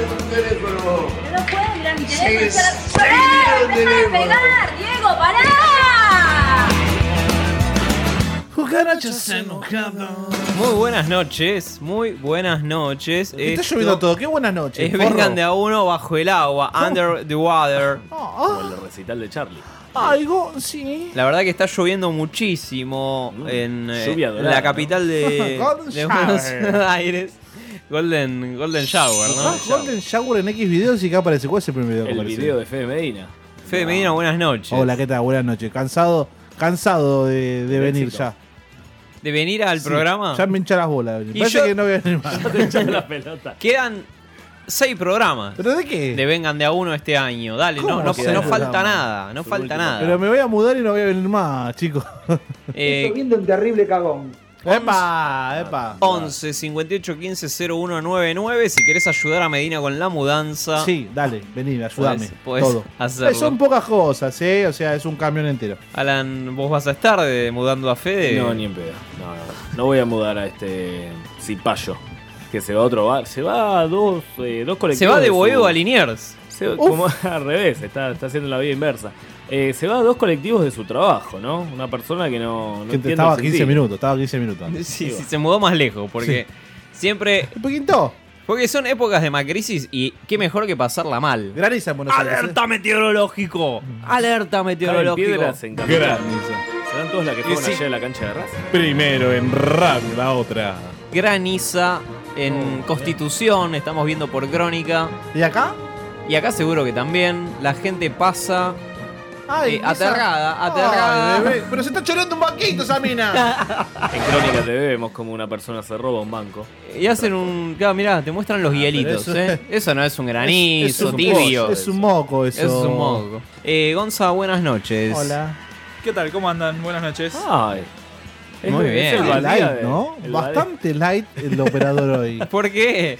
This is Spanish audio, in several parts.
No lo puedo mirar mi Sí, teléfono. es- Sí, ¡Pará! ahí lo ¡Deja de tenemos. pegar! ¡Diego, pará! Cucarachas enojado. Muy buenas noches, muy buenas noches. Está Esto lloviendo todo. Qué buenas noches. Es porro. vengan de a uno bajo el agua, under the water. Ah, el recital de Charlie. ah, algo, sí. La verdad que está lloviendo muchísimo en, eh, Mm. lluvia en dorada, la capital de, Golden de shower. Buenos Aires. Golden, golden Shower, Ah, ¿no? Golden Shower en X videos y acá aparece. ¿Cuál es el primer video que El apareció? video de Fede Medina. Fede Medina, buenas noches. Hola, ¿qué tal? Buenas noches. Cansado, cansado de, de venir éxito. ya. De venir al Sí, programa. Ya me hincha las bolas. de venir. Y Parece yo- que no voy a venir más. Te echan la pelota. Quedan seis programas ¿Pero de qué? de vengan de a uno este año. Dale, no, ¿Cómo no, queda no el falta programa? nada, no Su falta último. nada. Pero me voy a mudar y no voy a venir más, chicos. Eh, viendo un terrible cagón. epa, epa. 11 58 15 0199 si querés ayudar a Medina con la mudanza. Sí, dale, vení, ayúdame. podés todo. hacerlo. Eh, Son pocas cosas, ¿eh? O sea, es un camión entero. Alan, vos vas a estar de- mudando a Fede. No, ni en pedo. No, no, no voy a mudar a este cipayo. Que se va a otro bar. Se va a dos, eh, dos colectivos. Se va de su- Boedo a Liniers. se- Como al revés, está, está haciendo la vida inversa. Eh, se va a dos colectivos de su trabajo, ¿no? Una persona que no, no que te- entiende estaba el 15 sentido. minutos, estaba 15 minutos. Sí, antes. sí, se mudó más lejos porque siempre Un poquito. porque son épocas de macrisis y qué mejor que pasarla mal. Graniza en Buenos Aires. Alerta meteorológico. Alerta Caen meteorológico. piedras en camino. Serán todas las que fueron Eh, sí. ayer a la cancha de raza. Primero en RAM, la otra. Graniza en Constitución, estamos viendo por crónica ¿eh? ¿Y acá? y acá seguro que también la gente pasa Ay, Eh, esa- aterrada, Ay, aterrada. bebé, pero se está chorando un banquito esa mina. En Crónica TV vemos como una persona se roba un banco. Y hacen un. Claro, mirá, te muestran los hielitos, pero eso- ¿eh? Eso no es un granizo, Es un tibio. pollo, Es un moco eso. Eso es un moco. Eh, Gonza, buenas noches. Hola. ¿Qué tal? ¿Cómo andan? Buenas noches. Ay. Es- Muy es bien. el El Badía Light, de- ¿no? el Badía. Bastante light el operador hoy. ¿Por qué?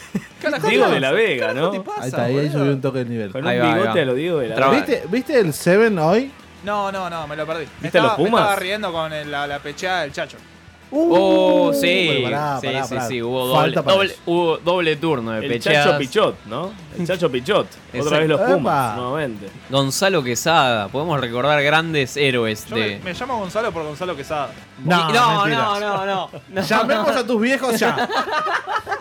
Diego de la Vega, ¿no? Ahí está, ahí subió un toque de nivel. Con Ahí un va, ahí bigote va. a lo Diego de la Traba- Vega. ¿Viste, ¿Viste el Seven hoy? No, no, no, me lo perdí. ¿Viste Me a los estaba, me Pumas? estaba riendo con el- la, la pecheada del chacho. Oh, sí. Uh, Bueno, pará, sí, pará, sí, pará. sí. Hubo doble, Falta para doble- eso. hubo doble turno de El pechadas. Chacho Pichot, ¿no? El Chacho Pichot. Exacto. Otra vez los Epa. Pumas, nuevamente. Gonzalo Quesada. Podemos recordar grandes héroes Yo de. me, me llamo Gonzalo por Gonzalo Quesada. No, Y- no, mentira. no, no, no, no. Llamemos a tus viejos ya.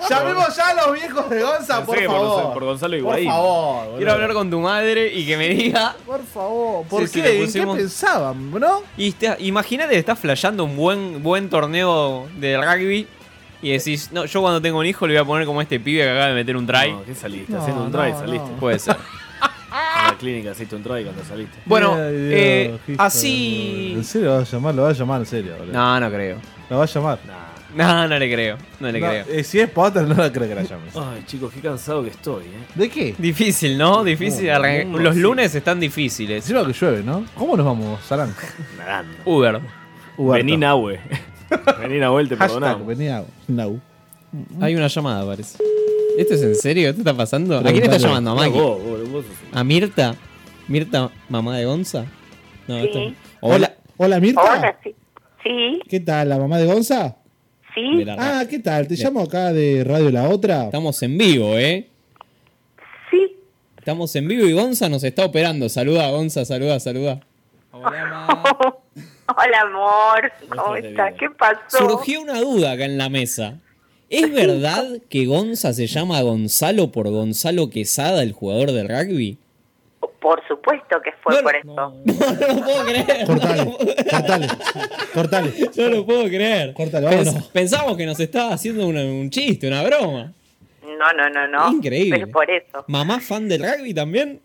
Llamemos ya a los viejos de Gonza, Pensé Ah, por que por favor. Gonza- por Gonzalo Por Higuaín. favor. Quiero boludo. hablar con tu madre y que me diga. Por favor. ¿Por Sí, sí, qué? le ¿En qué pusimos- pensaban, bro? Y te- imagínate, estás flasheando un buen, buen torneo de rugby y decís, no, yo cuando tengo un hijo le voy a poner como este pibe que acaba de meter un try. No, ¿qué saliste? No, Haciendo un no, try, no. saliste. Puede ser. A la clínica hiciste un try cuando saliste. Bueno, Ay, Dios, eh, hijo de- así... ¿En serio lo va a llamar? Lo va a llamar, en serio. boludo. No, no creo. Lo va a llamar. Nah. No, no le creo. No le No, creo. eh, si es pota, no la creo que la llames. Ay, chicos, qué cansado que estoy, ¿eh? ¿De qué? Difícil, ¿no? Difícil. Uh, arran- mundo, Los sí. lunes están difíciles. Encima que llueve, ¿no? ¿Cómo nos vamos, Sarán? Nadando. Uber. Huberto. Vení Nahue. Vení Nahuel, te Hashtag, perdonamos. venía. No. Mm-hmm. Hay una llamada, parece. ¿Esto es en serio? ¿Esto está pasando? ¿A quién está Preguntale. llamando? ¿A No, Mike? vos, vos, vos sos- ¿A Mirta? ¿Mirta, mamá de Gonza? No, esto... Hola. Hola. Hola, Mirta. Hola, sí. Sí, ¿Qué tal, la mamá de Gonza? sí. de la ra- Ah, ¿qué tal? Te llamo acá de Radio La Otra. Estamos en vivo, ¿eh? Sí. Estamos en vivo y Gonza nos está operando. Saluda, Gonza, saluda, saluda. Hola, ma. Hola, amor. ¿Cómo Mejor de estás? vida. ¿Qué pasó? Surgió una duda acá en la mesa. ¿Es verdad que Gonza se llama Gonzalo por Gonzalo Quesada, el jugador de rugby? Por supuesto que fue No, por eso. No lo puedo creer. Cortale, cortale, cortale. No lo puedo creer. Córtalo, Pens- vámonos. pensamos que nos estaba haciendo una- un chiste, una broma. No, no, no, no. Increíble. Ah, Es por eso. ¿Mamá fan del rugby también?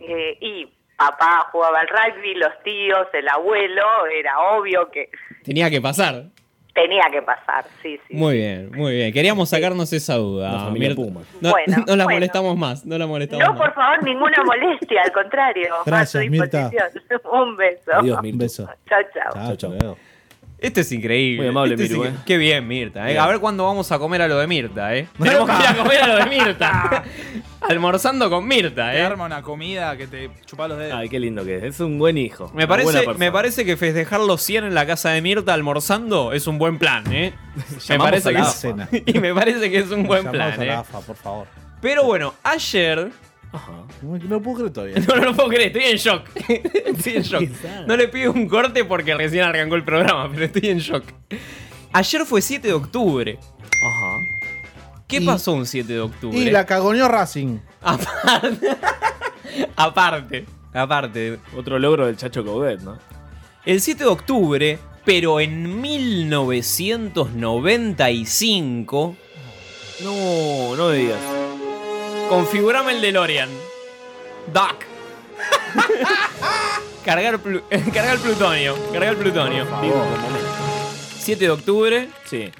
Eh, y papá jugaba al rugby, los tíos, el abuelo, era obvio que Tenía que pasar. Tenía que pasar, sí, sí. Muy bien, muy bien. Queríamos sacarnos esa duda. La familia Mirta. Puma. No, Bueno, no la bueno. molestamos más, no la molestamos No, más. por favor, ninguna molestia, al contrario. a su Gracias, Mirta. disposición. Un beso. Adiós, Un Mirta. beso. Chao, chao. Chao, Ah, chao. Este es increíble. Muy amable, Este es Miru, incre- eh. Qué bien, Mirta. eh. A Bien. ver cuándo vamos a comer a lo de Mirta, ¿eh? Tenemos que ir a comer a lo de Mirta. Almorzando con Mirta, Te ¿eh? arma una comida que te chupa los dedos. Ay, qué lindo que es. Es un buen hijo. Me una buena parece, persona. me parece que festejar los 100 en la casa de Mirta almorzando es un buen plan, ¿eh? Me Llamamos parece a que la es- cena. y me parece que es un buen Llamamos plan, a la ¿eh? AFA, por favor. Pero bueno, ayer Ajá. No, me- no lo puedo creer todavía. No, no lo puedo creer, estoy en shock. Estoy en shock. No le pido un corte porque recién arrancó el programa, pero estoy en shock. Ayer fue 7 de octubre. Ajá. ¿Qué Y- pasó un 7 de octubre? Y la cagoneó Racing. Ah. Aparte. aparte. Aparte. Otro logro del Chacho Cobet, ¿no? El 7 de octubre, pero en 1995, No, no me digas. configurame el DeLorean. Duck. cargar, plu- cargar el plutonio. Cargar el plutonio. Vivo un momento. 7 de octubre, Sí.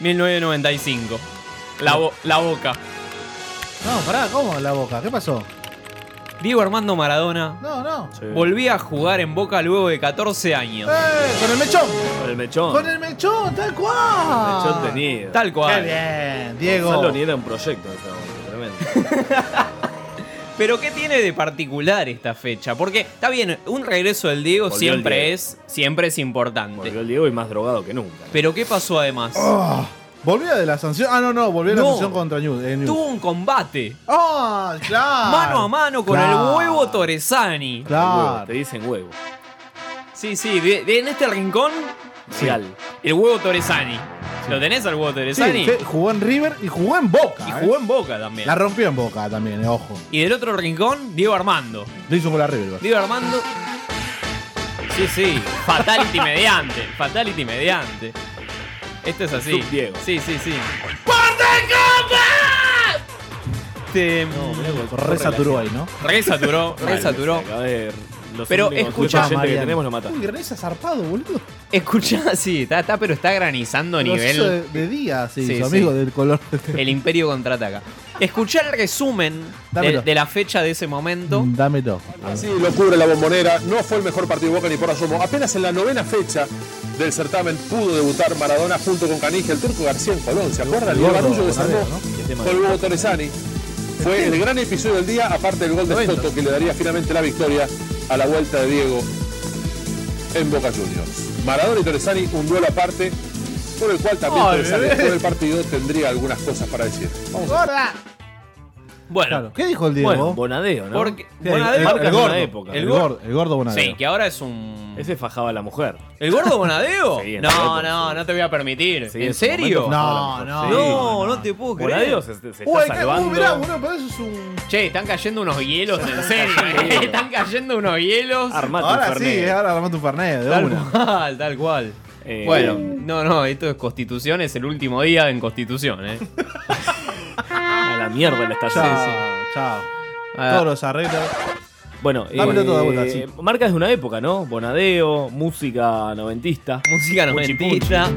1995. La, bo- la boca. No, pará, ¿cómo la boca? ¿Qué pasó? Diego Armando Maradona No, no. volvía a jugar en Boca luego de 14 años. ¡Eh! ¡Con el mechón! Con el mechón. ¡Con el mechón! ¡Tal cual! Mechón tenía. Tal ¡Qué cual. bien, Diego! Gonzalo ni era un proyecto en ese momento. Tremendo. Pero ¿qué tiene de particular esta fecha? Porque está bien, un regreso del Diego Volvió el siempre Diego. es siempre es importante. Volvió el Diego y más drogado que nunca. Pero ¿qué pasó además? Ah, volvió de la sanción. Ah, no, no, volvió de No. la sanción contra News. eh, News. Tuvo un combate ¡Ah, claro! mano a mano con Claro. el huevo Torresani. Huevo, Claro. Te dicen huevo. Sí, sí, de- de- en este rincón Real. el huevo Torresani. ¿Lo tenés al huevo Sí, Torresani? sí, jugó en River y jugó en Boca. Y eh. jugó en Boca también. La rompió en Boca también, eh, ojo. Y del otro rincón, Diego Armando. Le hizo un gol a River. Diego Armando. Sí, sí. Fatality mediante. Fatality mediante. Esto es así. Sub Diego. Sí, sí, sí. ¡Parte Resaturó ahí, ¿no? Resaturó, resaturó. A ver. Los Pero únicos tres escuchá, oyentes que Mariano. tenemos lo mata. Uy, Renesa zarpado, boludo. Escuchá, sí, está, está, pero está granizando a Los hizo nivel de, de día, sí, Sí, su sí. amigo del color. el Imperio contraataca. Escuchá el resumen de, Dámelo. Mm. de la fecha de ese momento. Dámelo. Sí, lo cubre la bombonera. No fue el mejor partido de Boca ni por asomo. Apenas en la novena fecha del certamen pudo debutar Maradona junto con Canija, el turco García en Colón. ¿Se acuerdan? Y el barullo que salvó Qué tema fue el huevo Torresani. Fue el gran episodio del día, aparte del gol de Soto, que le daría finalmente la victoria a la vuelta de Diego en Boca Juniors. Maradona y Torresani, un duelo aparte, por el cual también Torresani, después del partido, tendría algunas cosas para decir. Bueno, Claro. ¿Qué dijo el Diego? Bueno, Bonadeo, ¿no? porque. Sí, bueno, el, el- además- el gordo, una época. el El gordo, el gordo Bonadeo. sí, que ahora es un. Ese fajaba a la mujer. ¿El gordo Bonadeo? Sí, en no, realidad, no, sí. no te voy a permitir. Sí, ¿En su momento serio? No, fajaba a la no, mujer. no, Sí. no, te puedo creer. Bonadeo se, se está Uy, qué, salvando. uy, Eh, uh, mirá, boludo, pero eso es un. Che, están cayendo unos hielos, en serio. cayendo eh, hielos. Están cayendo unos hielos. Armate un ahora sí, Fernet. eh, ahora armando un Fernet, de Tal una. cual, tal cual. Eh, bueno, no, no, esto es Constitución, es el último día en Constitución, ¿eh? A la mierda la estación. Chao, chao. Ah. Todos los arreglos. Bueno, eh, Dámelo todo de vuelta, sí. marcas de una época, ¿no? Bonadeo, música noventista. Música Puchi, noventista,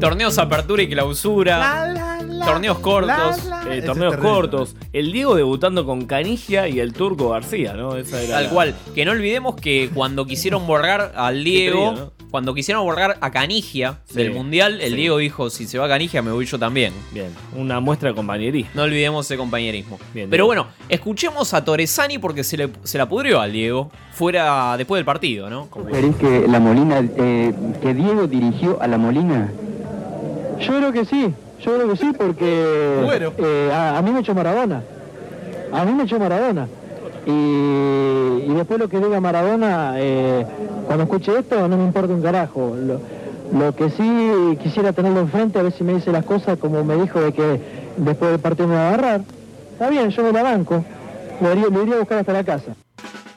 torneos apertura y clausura, torneos cortos, eh, Ese es torneos terrible. cortos. El Diego debutando con Canigia y el Turco García, ¿no? Esa era tal la- cual. Que no olvidemos que cuando quisieron borrar al Diego, trío, cuando quisieron borrar a Canigia Sí, del Mundial, el sí. Diego dijo, si se va Canigia me voy yo también. Bien, una muestra de compañerismo. No olvidemos ese compañerismo. Bien, Pero Diego. bueno, escuchemos a Torresani porque se, le- se la pudrió al Diego. Fuera después del partido, ¿no? ¿Querés que la Molina, eh, que Diego dirigió a la Molina? Yo creo que sí, yo creo que sí porque Bueno. eh, a, a mí me echó Maradona, a mí me echó Maradona. Y, y después lo que diga Maradona, eh, cuando escuche esto no me importa un carajo. Lo, lo que sí quisiera tenerlo enfrente, a ver si me dice las cosas como me dijo de que después del partido me va a agarrar. Está bien, yo me la banco, lo iría, lo iría a buscar hasta la casa.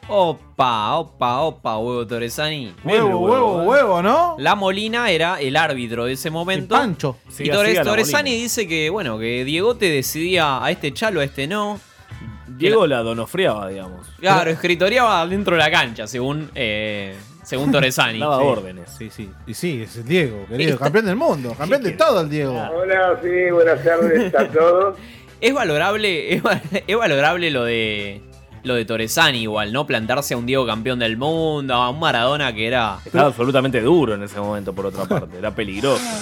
Opa, opa, opa, huevo Torresani. ¿eh? Bien, Huevo, huevo, huevo, ¿no? La Molina era el árbitro de ese momento. Y Pancho. y Siga, Torres- siga la Torresani Molina. dice que, bueno, que Diego te decidía a este chalo, a este no. Diego la donofriaba, digamos. Claro, escritoriaba dentro de la cancha, según eh, según Torresani. Sí, Sí, Este- sí. Y sí, es el Diego, querido. Campeón del mundo, campeón de todo el Diego. Hola, sí, buenas tardes a todos. Es valorable, es, va- es valorable lo de lo de Torresani igual, ¿no? Plantarse a un Diego campeón del mundo, a un Maradona que era. Estaba absolutamente duro en ese momento, por otra parte. Era peligroso. Ah.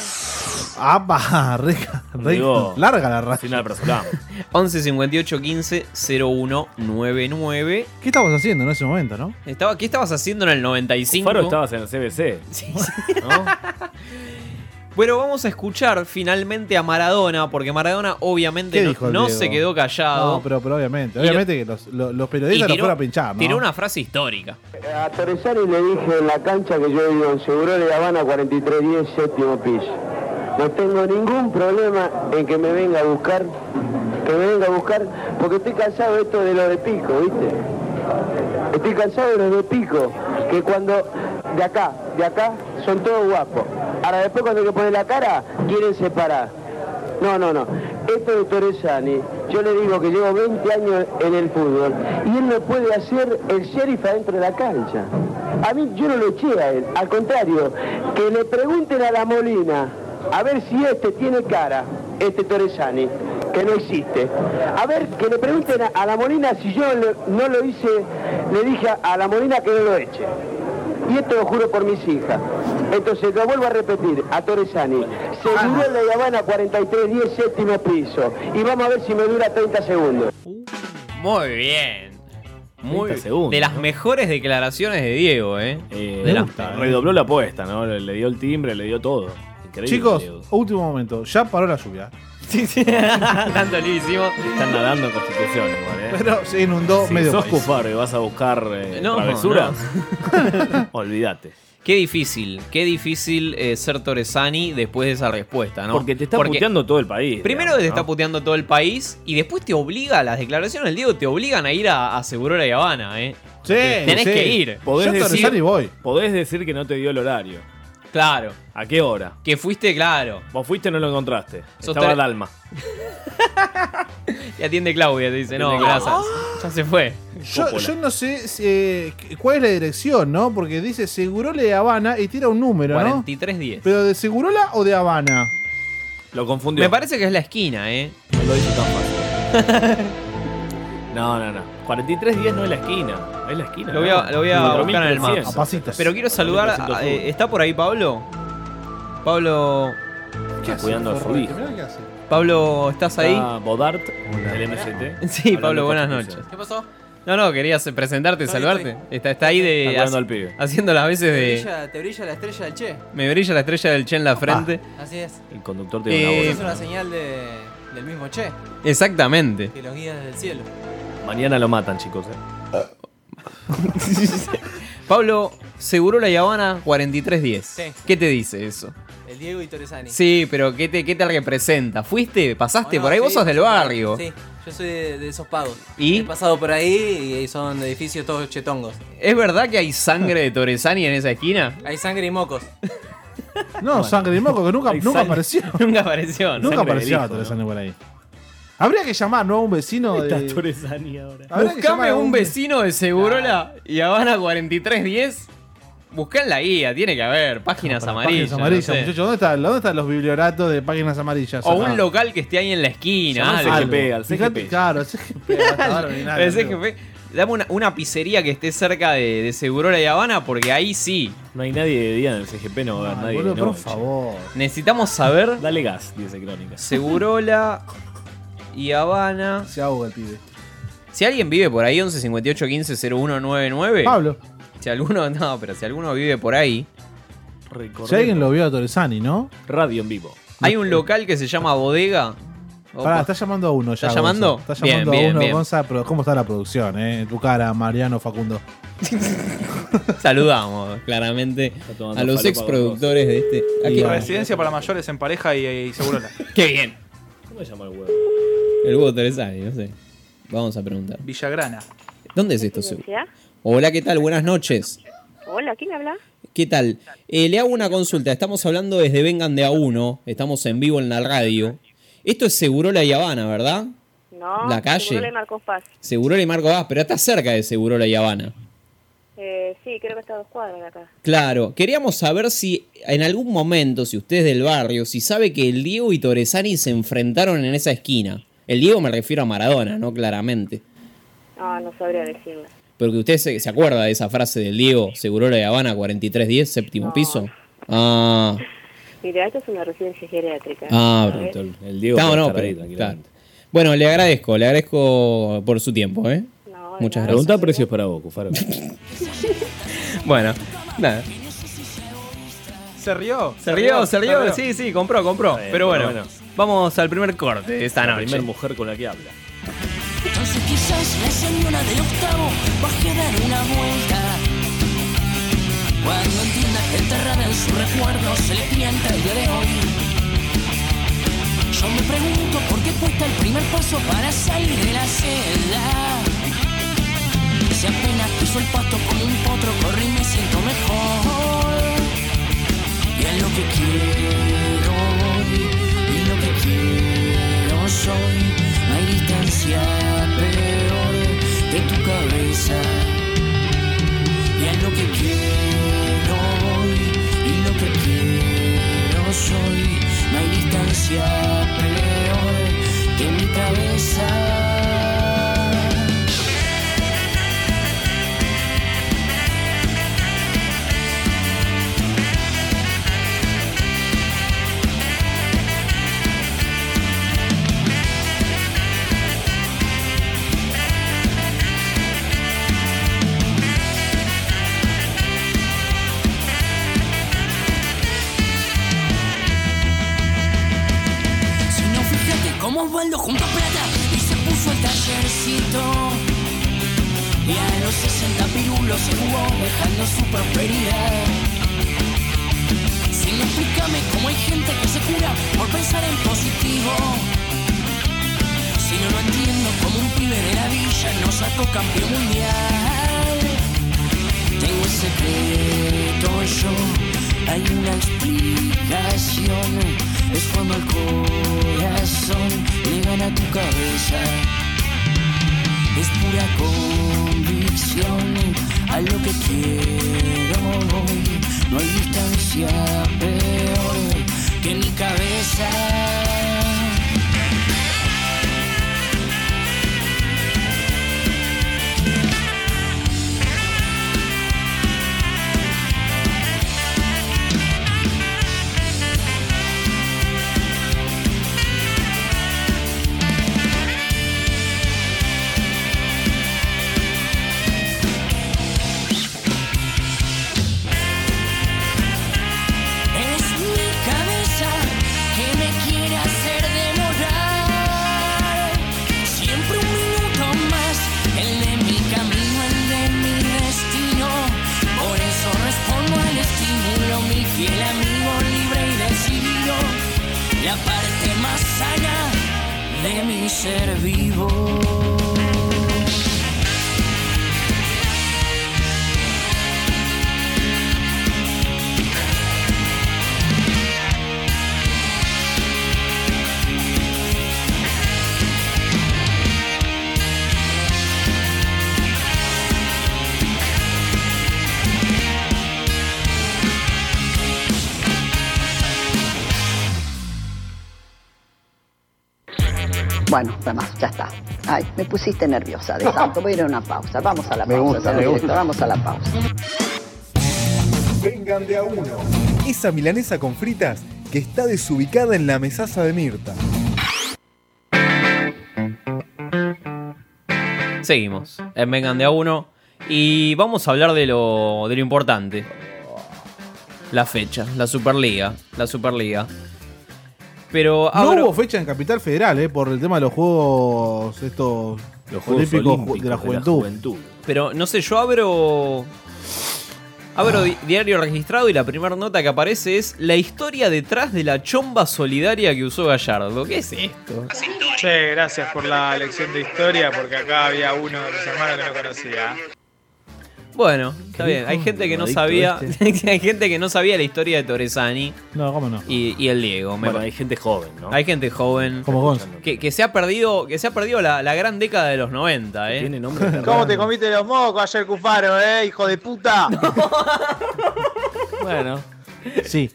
¡Apa! Rica, Digo, larga la raza. Final apresurado. 11 58 15 01 99. ¿Qué estabas haciendo en ese momento, no? Estaba, ¿Qué estabas haciendo en el 95? Faro, estabas en el CBC. Pero vamos a escuchar finalmente a Maradona, porque Maradona obviamente ¿Qué no, dijo el no Diego? se quedó callado. No, pero, pero obviamente. Ah, Y lo- Obviamente que los, lo- los periodistas Y nos fueron a pinchar, ¿no? tiró una frase histórica. A Torresani le dije en la cancha que yo vivo en Seguro de Habana 4310, séptimo piso. No tengo ningún problema en que me venga a buscar, que me venga a buscar, porque estoy cansado de esto de lo de pico, ¿viste? Estoy cansado de los de pico, que cuando de acá, de acá, son todos guapos. Ahora después cuando hay que poner la cara, quieren separar. No, no, no. Esto de Torresani, yo le digo que llevo 20 años en el fútbol y él no puede hacer el sheriff adentro de la cancha. A mí yo no lo eché a él, al contrario, que le pregunten a la Molina a ver si este tiene cara, este Torresani, que no existe. A ver, que le pregunten a, a la Molina si yo lo- no lo hice, le dije a- a la Molina que no lo eche. Y esto lo juro por mis hijas. Entonces, lo vuelvo a repetir, a Torresani. Seguro en la Habana 43, 10, séptimo piso. Y vamos a ver si me dura 30 segundos. Muy bien. Muy 30 segundos, De las mejores declaraciones de Diego, ¿eh? Me de las- gusta, ¿eh? Redobló la apuesta, ¿no? Le, le dio el timbre, le dio todo. Increíble. Chicos, último momento. Ya paró la lluvia. Tanto lío hicimos. Están nadando en Constitución, igual, ¿eh? Pero se inundó si medio sos país. Cufaro y vas a buscar eh, No, travesuras, olvídate. Qué difícil, qué difícil eh, ser Torresani después de esa respuesta, ¿no? Porque te está puteando todo el país. Primero te está puteando todo el país y después te obliga, las declaraciones del Diego te obligan a ir a, a Segurora y Habana, ¿eh? Sí, Tenés sí. que ir. Podés Yo a decir- Torresani voy. Podés decir que no te dio el horario. Claro. ¿A qué hora? Que fuiste, claro. Vos fuiste y no lo encontraste. Sos Estaba tre- Dalma. Y atiende Claudia, te dice, no, Atiende gracias. Claudia. Ah. Ya se fue. Yo, yo no sé si, eh, cuál es la dirección, ¿no? Porque dice Segurole Habana y tira un número, ¿no? 4310. ¿Pero de Segurola o de Habana? Lo confundió. Me parece que es la esquina, ¿eh? No lo hizo tan fácil. No, no, no. 4310 no es la esquina. Es la esquina. Lo voy a, ¿no? lo voy a buscar en el 4300. mapa. Pero quiero saludar. a- eh, ¿Está por ahí Pablo? Pablo. Está cuidando a su hijo. Pablo, ¿estás ahí? Está Bodart, del MST. Sí, Hablando Pablo, buenas con- noches. ¿Qué pasó? No, no, querías presentarte, saludarte. Está, está ahí de. Está cuidando haci- al pibe. Haciendo las veces Te de. brilla, te brilla la estrella del Che. Me brilla la estrella del Che en la frente. Así es. El conductor tiene una Eso voz. Eh, Es una señal de, del mismo Che. Exactamente. Que los guía desde el cielo. Mañana lo matan, chicos. eh. Pablo, seguro la Habana 4310. Sí. ¿Qué te dice eso? El Diego y Torresani. Sí, pero ¿qué te, qué te representa? ¿Fuiste? ¿Pasaste No, por ahí? sí, Vos sos del barrio. Sí, yo soy de, de esos pagos. ¿Y? He pasado por ahí y son edificios todos chetongos. ¿Es verdad que hay sangre de Torresani en esa esquina? Hay sangre y mocos. No, sangre de moco que nunca, Hay nunca sangre. apareció. Nunca apareció. ¿no? Nunca apareció Torresani por ahí. Habría que llamar, ¿no? A un vecino de. Está ahora. Habrá que llamar Buscame a Ah. un vecino de Segurola y Habana 4310. Buscá en la guía, tiene que haber páginas amarillas. Páginas amarillas, no sé. muchachos. ¿Dónde, está- ¿Dónde están los biblioratos de páginas amarillas? O un Acá. local que esté ahí en la esquina. Llamá al algo. CGP, al Fíjate, CGP. claro, al CGP, va a estar ordinario, Al CGP. Dame una, una pizzería que esté cerca de, de Segurola y Habana, porque ahí sí. No hay nadie de día en el CGP, no va a haber nadie. boludo, no, por che. favor. Necesitamos saber. Dale gas, dice Crónica. Segurola y Habana. Se ahoga el pibe. Si alguien vive por ahí, 11 58 15 0199. Pablo. Si alguno, no, pero si alguno vive por ahí, Si alguien lo vio a Torresani, ¿no? Radio en vivo. hay un local que se llama Bodega. Pará, Opa. está llamando a uno ya. ¿Está llamando? Gonza. Está Bien, llamando bien, a uno, bien. Gonza, pero ¿Cómo está la producción, eh? En tu cara, Mariano Facundo. Saludamos, claramente, tomando a los falopa ex productores de este. Y Aquí va. residencia para mayores en pareja y, y seguro. Qué bien. ¿Cómo se llama el huevo? El huevo Teresani, no sé. Vamos a preguntar. Villagrana. ¿Dónde es esto? Segu? Hola, ¿qué tal? Buenas noches. Hola, ¿quién habla? ¿Qué tal? Eh, le hago una consulta. Estamos hablando desde Vengan de a uno. Estamos en vivo en la radio. Esto es Segurola y Habana, ¿verdad? No, La calle. Segurola y Marcos Paz. Segurola y Marco Vaz, pero está cerca de Segurola y Habana. Eh, sí, creo que está a dos cuadras de acá. Claro, queríamos saber si en algún momento, si usted es del barrio, si sabe que el Diego y Torresani se enfrentaron en esa esquina. El Diego me refiero a Maradona, ¿no? Claramente. No, no sabría decirle. Pero que usted se, se acuerda de esa frase del Diego, seguro la de Habana 4310, séptimo piso. Ah, Mira, esto es una residencia geriátrica. ah, ¿sabes? perdón. El Diego No, puede no, estar ahí pero- claro. Bueno, le agradezco, le agradezco por su tiempo, ¿eh? Muchas gracias. Pregunta precios para vos, Cufaro. bueno, nada. Se rió. Se rió, se rió. Sí, sí, compró, compró. bien, Pero bueno, pero bueno. vamos al primer corte de esta La noche. primer mujer con la que habla. Entonces quizás la señora del octavo baje a dar una vuelta. Cuando entienda que enterrada en su recuerdo se le pianta el día de hoy. Yo me pregunto por qué cuesta el primer paso para salir de la celda. Si apenas piso el pasto como un potro, corro y me siento mejor. Y es lo que quiero hoy, y lo que quiero soy. No hay distancia peor que tu cabeza. Y es lo que quiero hoy, y lo que quiero soy. No hay distancia peor que mi cabeza. Si no fíjate cómo Osvaldo juntó plata y se puso el tallercito. Y a los 60 pirulos se jugó dejando su prosperidad. Si no explícame cómo hay gente que se cura por pensar en positivo. Si no lo entiendo como un pibe de la villa no sacó campeón mundial. Tengo el secreto yo. Hay una explicación, es cuando el corazón le gana a tu cabeza. Es pura convicción a lo que quiero hoy. No hay distancia peor que mi cabeza. Es mi cabeza que me quiere hacer demorar. Siempre un minuto más, el de mi camino, el de mi destino. Por eso respondo al estímulo, mi fiel amigo, libre y decidido. La parte más sana de mi ser vivo. Bueno, además, ya está. Ay, me pusiste nerviosa de santo. Voy a ir a una pausa. Vamos a la Me pausa. gusta, señor me director, gusta. Vamos a la pausa. Vengan de a uno. Esa milanesa con fritas que está desubicada en la mesaza de Mirta. Seguimos. en Vengan de a uno. Y vamos a hablar de lo, de lo importante. La fecha, la Superliga. La Superliga. Ah, Pero No abro- hubo fecha en Capital Federal, eh, por el tema de los Juegos estos Los Juegos olímpicos, Olímpicos de la de la Juventud. Juventud. Pero no sé, yo abro. Abro di- diario registrado y la primera nota que aparece es la historia detrás de la chomba solidaria que usó Gallardo. ¿Qué es esto? Che, gracias por la lección de historia, porque acá había uno de mis hermanos que no conocía. Bueno, está bien. Hay gente que no sabía. hay gente que no sabía la historia de Torresani este. No, cómo no. y, y el Diego. Bueno, hay gente joven, ¿no? Hay gente joven. Como Gonza. Que, que se ha perdido, que se ha perdido la, la gran década de los 90, ¿eh? Tiene nombre. ¿Cómo te comiste los mocos ayer, Cufaro, eh, hijo de puta? Bueno. Sí.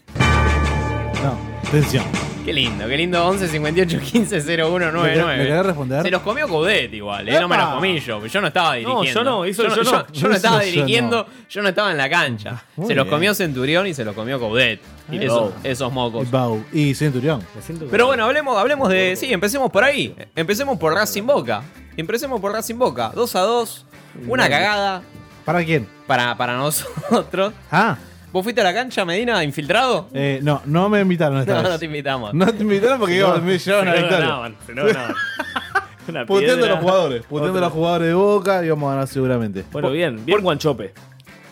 No, atención. Qué lindo, qué lindo. 11 58 15 01 99. ¿Me querés responder? Se los comió Coudet igual, ¿eh? No me ¡Epa! los comí yo. Yo no estaba dirigiendo. yo no, eso yo no. yo no estaba Eso yo dirigiendo, yo no estaba en la cancha. Muy se los bien. comió Centurión y se los comió Coudet. Y Ah. esos, Bau. esos mocos. Y Bau. Y Centurión. Pero bueno, hablemos, hablemos de. Sí, empecemos por ahí. Empecemos por Racing Boca. Empecemos por Racing Boca. 2 a 2. Una cagada ¿Para quién? para, para nosotros. Ah. ¿Vos fuiste a la cancha, Medina, infiltrado? Eh, no, no me invitaron esta No, vez. no te invitamos. No te invitaron porque No, digamos, me llevaron a se la lo victoria. ganaban, se lo ganaban. Puteando Una a piedra. los jugadores. Puteando a los Otra. jugadores de Boca y vamos a ganar seguramente. Bueno, bien, bien Guanchope.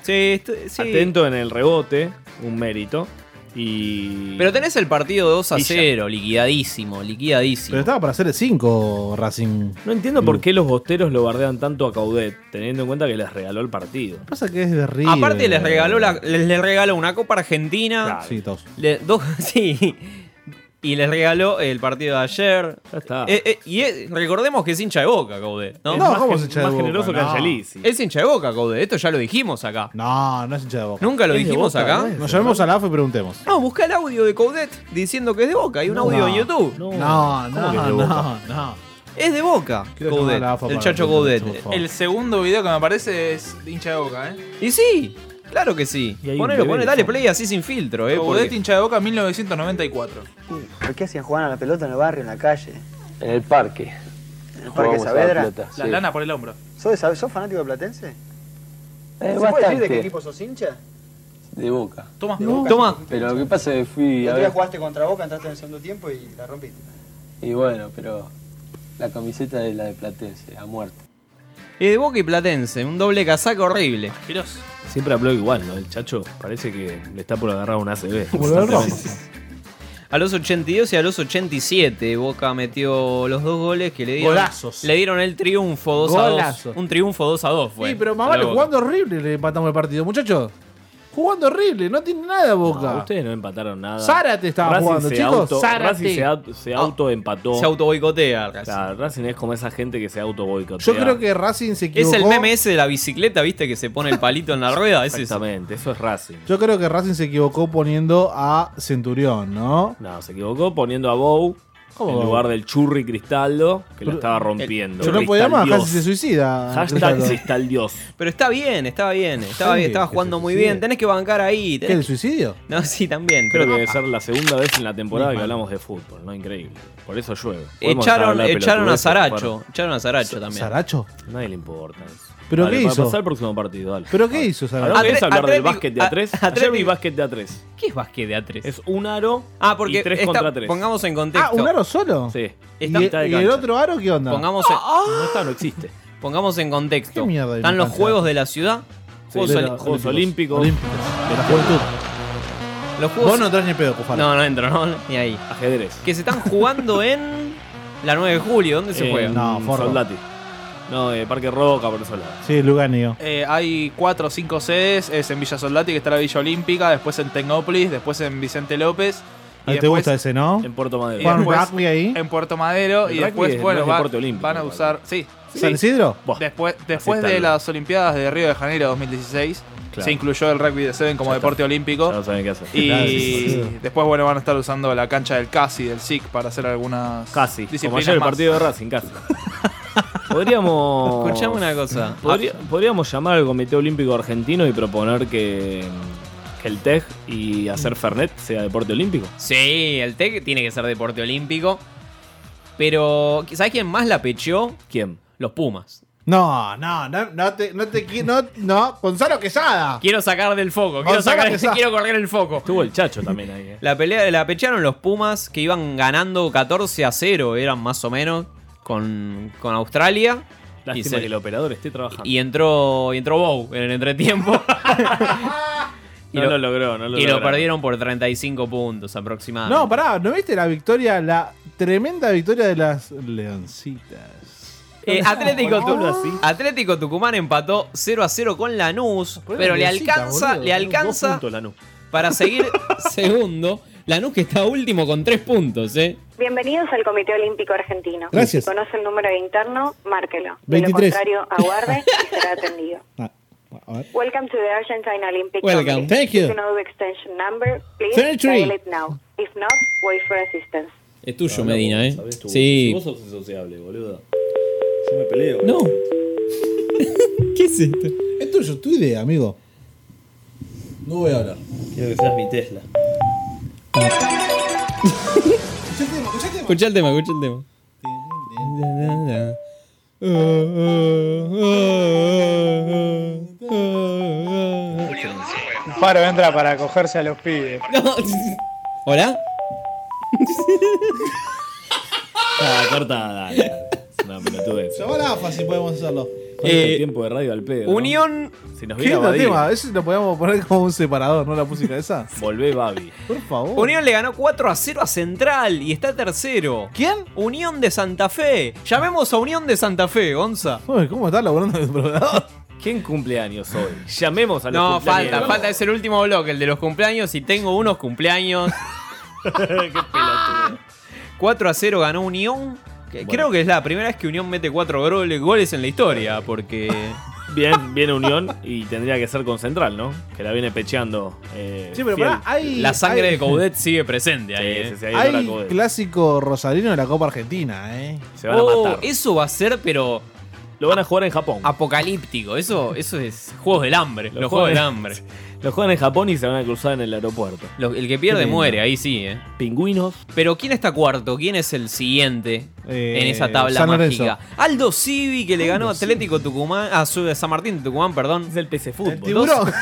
Sí, Atento en el rebote, un mérito. Y. Pero tenés el partido 2 a Y ya. 0, liquidadísimo, liquidadísimo. Pero estaba para hacer el 5 Racing. No entiendo Mm. por qué los bosteros lo bardean tanto a Caudet, teniendo en cuenta que les regaló el partido. Pasa que es de River. Aparte les regaló, la- les, les regaló una Copa Argentina. Sí, todos. le- dos- sí. Y les regaló el partido de ayer. Ya está. y es- recordemos que es hincha de boca, Caudet. No, No, Es más ¿cómo gen- es hincha de más Boca? generoso que No. Angelici. Es hincha de boca, Caudet. Esto ya lo dijimos acá. No, no es hincha de Boca. ¿Nunca lo dijimos acá? Nos llamemos a la AFA y preguntemos. No, busca el audio de Caudet diciendo que es de boca. Hay un audio en YouTube. No, ¿Cómo que es no, de no, Boca? no. Es de boca, Quiero Coudet, llamar a la AFA el para chacho preguntarle Coudet. eso, por favor. El segundo video que me aparece es de hincha de boca, ¿eh? Y sí, claro que sí. hay un Ponelo, bebé ponelo, de dale fondo. play así sin filtro, eh. Coudet, porque- hincha de boca, 1994. ¿Pero qué hacían? ¿Jugaban a la pelota en el barrio, en la calle? En el parque. ¿En el Parque Saavedra? La lana por el hombro. ¿Sos, de Sa- sos fanático de Platense? ¿Se puede decir Eh, bastante. de qué equipo sos hincha? De boca. Toma, toma. Pero lo que pasa es que fui El a otro día ver. jugaste contra Boca, entraste en el segundo tiempo y la rompiste. Y bueno, pero la camiseta es la de Platense, a muerte. Es de boca y platense, un doble casaca horrible. Siempre habló igual, ¿no? El chacho parece que le está por agarrar un ACB. A los 82 y a los 87 Boca metió los dos goles que le dieron. Golazos. Le dieron el triunfo 2 a Golazos. 2. Un triunfo 2 a 2 fue. Sí, pero más vale, Luego- jugando horrible le empatamos el partido, muchachos. Jugando horrible, no tiene nada Boca. No, ustedes no empataron nada. Zárate estaba jugando, se chicos, auto- Zárate. Racing se, auto- se autoempató. Se auto boicotea. Racing. Claro, Racing es como esa gente que se auto boicotea. Yo creo que Racing se Es equivocó. el meme ese de la bicicleta, viste, que se pone el palito en la rueda. Es eso. Exactamente, eso es Racing. Yo creo que Racing se equivocó poniendo a Centurión, ¿no? No, se equivocó poniendo a Bow ¿Cómo en Bou? lugar del Churri Cristaldo, que lo Pero- eh, estaba rompiendo. Yo no podía más, casi se suicida. Hashtag Cristaldo. Cristal Dios. Pero está bien, estaba bien. Estaba, Sí, bien, estaba que jugando se muy suicide. bien. Tenés que bancar ahí. ¿Qué, tenés el que- suicidio? No, sí, también. Creo pero- Eh, que debe ser la segunda vez en la temporada Ni que mal. hablamos de fútbol, ¿no? Increíble. Por eso llueve. Podemos dejar de Echaron, hablar de echaron a pelotudeces, Saracho. bueno. Echaron a Saracho también. ¿Saracho? Nadie le importa eso. ¿Pero Dale, qué para hizo? Pasar al próximo partido, dale. ¿Pero qué hizo Saracho? Hablamos- Atre- ¿Querés hablar del Atlético- básquet de A3? a- Ayer vi Atlético- básquet de A3. ¿Qué es básquet de A3? Es un aro. Ah, porque y tres está- contra tres. pongamos en contexto. Ah, ¿un aro solo? Sí. ¿Y, Está mitad de y el cancha. otro aro qué onda? Pongamos en, No está, no existe. pongamos en contexto. ¿Qué mierda de Están los infancia? Juegos de la Ciudad. Sí, Juegos de Oli- los Juegos Olímpicos. De la juventud. Los juegos- Vos no traes ni pedo, Cufaro. No, no entro, no, ni ahí. Ajedrez. Que se están jugando en la 9 de julio. ¿Dónde se Eh, juega? no, forro. Soldati. No, eh, Parque Roca, por eso Sí, Luganio. Eh, hay cuatro o cinco sedes, es en Villa Soldati, que está la Villa Olímpica, después en Tecnópolis, después en Vicente López. y ¿Te después- gusta ese, no? En Puerto Madero. y Juan después Rugby ahí. En Puerto Madero El y rugby después, es- bueno, no es va- deporte olímpico, van a el rugby. usar. Sí. ¿San sí. Isidro? Después, después aceptalo. de las Olimpiadas de Río de Janeiro 2016, Claro. se incluyó el rugby de Seven como Ya está. deporte olímpico. Ya no saben qué hacer. Y Claro, sí, sí. después, bueno, van a estar usando la cancha del CASI, del SIC, para hacer algunas. Casi. Como disciplinas ayer el más. partido de Racing, casi. Podríamos. Escuchame una cosa. Podría- podríamos llamar al Comité Olímpico Argentino y proponer que, que el TEG y hacer Fernet sea deporte olímpico. Ah, Sí, el TEC tiene que ser deporte olímpico. Pero, ¿sabes quién más la pecheó? ¿Quién? Los Pumas. No, no, no, no te, no te qui- no, no, Gonzalo Quesada. Quiero sacar del Oh, foco, quiero, Gonzalo sacar, Quesada. quiero correr el foco. Estuvo el Chacho también ahí. ¿eh? La pelea la pecharon los Pumas que iban ganando 14 a 0, eran más o menos, con, con Australia. Lástima se- que el operador esté trabajando. Y entró, y entró Bow en el entretiempo. No lo logró, no lo y lograron. perdieron por 35 puntos aproximadamente. No, pará, ¿no viste la victoria, la tremenda victoria de las leoncitas? Eh, Atlético, ¿Por qué hablo Tucumán, Atlético Tucumán empató 0 a 0 con Lanús, qué pero le Lanusita, alcanza, boludo? le Tiene dos alcanza puntos Lanús. para seguir segundo. Lanús que está último con tres puntos, ¿eh? Bienvenidos al Comité Olímpico Argentino. Gracias. Si conoce el número interno, márquelo. De lo 23. contrario, aguarde y será atendido. Welcome to the Argentine Olympic Welcome. Committee. Thank you. If you know the extension number, please 33. dial it now. If not, wait for assistance. Es tuyo, Medina, ¿eh? Sí. Vos sos insociable, boludo. Yo me peleo. No. ¿Qué es esto? Es tuyo, tu idea, amigo. No voy a hablar. Quiero que seas mi Tesla. Escucha el tema, escucha el tema. Faro entra para cogerse a los pibes. ¿Hola? Ah, corta, dale. dale. Es una pelotudez. Llamá a la AFA si podemos hacerlo. Corta el este tiempo de radio al pedo. ¿no? Eh, Unión. Si nos ¿Qué viene lindo Abadía, tema? Eso lo podemos poner como un separador, ¿no? La música esa. Volvé, Babi. Por favor. Unión le ganó 4 a 0 a Central y está tercero. ¿Quién? Unión de Santa Fe. Llamemos a Unión de Santa Fe, Gonza. Uy, ¿Cómo estás laburando de programador? ¿Quién cumple años hoy? Llamemos a los No, cumpleañeros. falta, falta, es el último bloque, el de los cumpleaños y tengo unos cumpleaños. 4 a 0 ganó Unión. que Creo que es la primera vez que Unión mete 4 goles en la historia, Ah, porque... Bien, viene Unión y tendría que ser con Central, ¿no? Que la viene pecheando. eh, Sí, pero fiel. pará, hay- La sangre hay- de Coudet sigue presente ahí. ¿eh? Hay clásico rosarino de la Copa Argentina, ¿eh? Se Oh, Eso va a ser, pero. Lo van a jugar en Japón. Apocalíptico. Eso, eso es Juegos del Hambre. Los, Juegos del Hambre. Los juegan en Japón y se van a cruzar en el aeropuerto. Lo- el que pierde Qué lindo. muere, ahí sí, ¿eh? Pingüinos. Pero ¿quién está cuarto? ¿Quién es el siguiente Eh, en esa tabla San Lorenzo. mágica? Aldo Civi, que le ganó a Aldo Atlético Tucumán. A San Martín de Tucumán, perdón. Es el PC Fútbol. tiburón.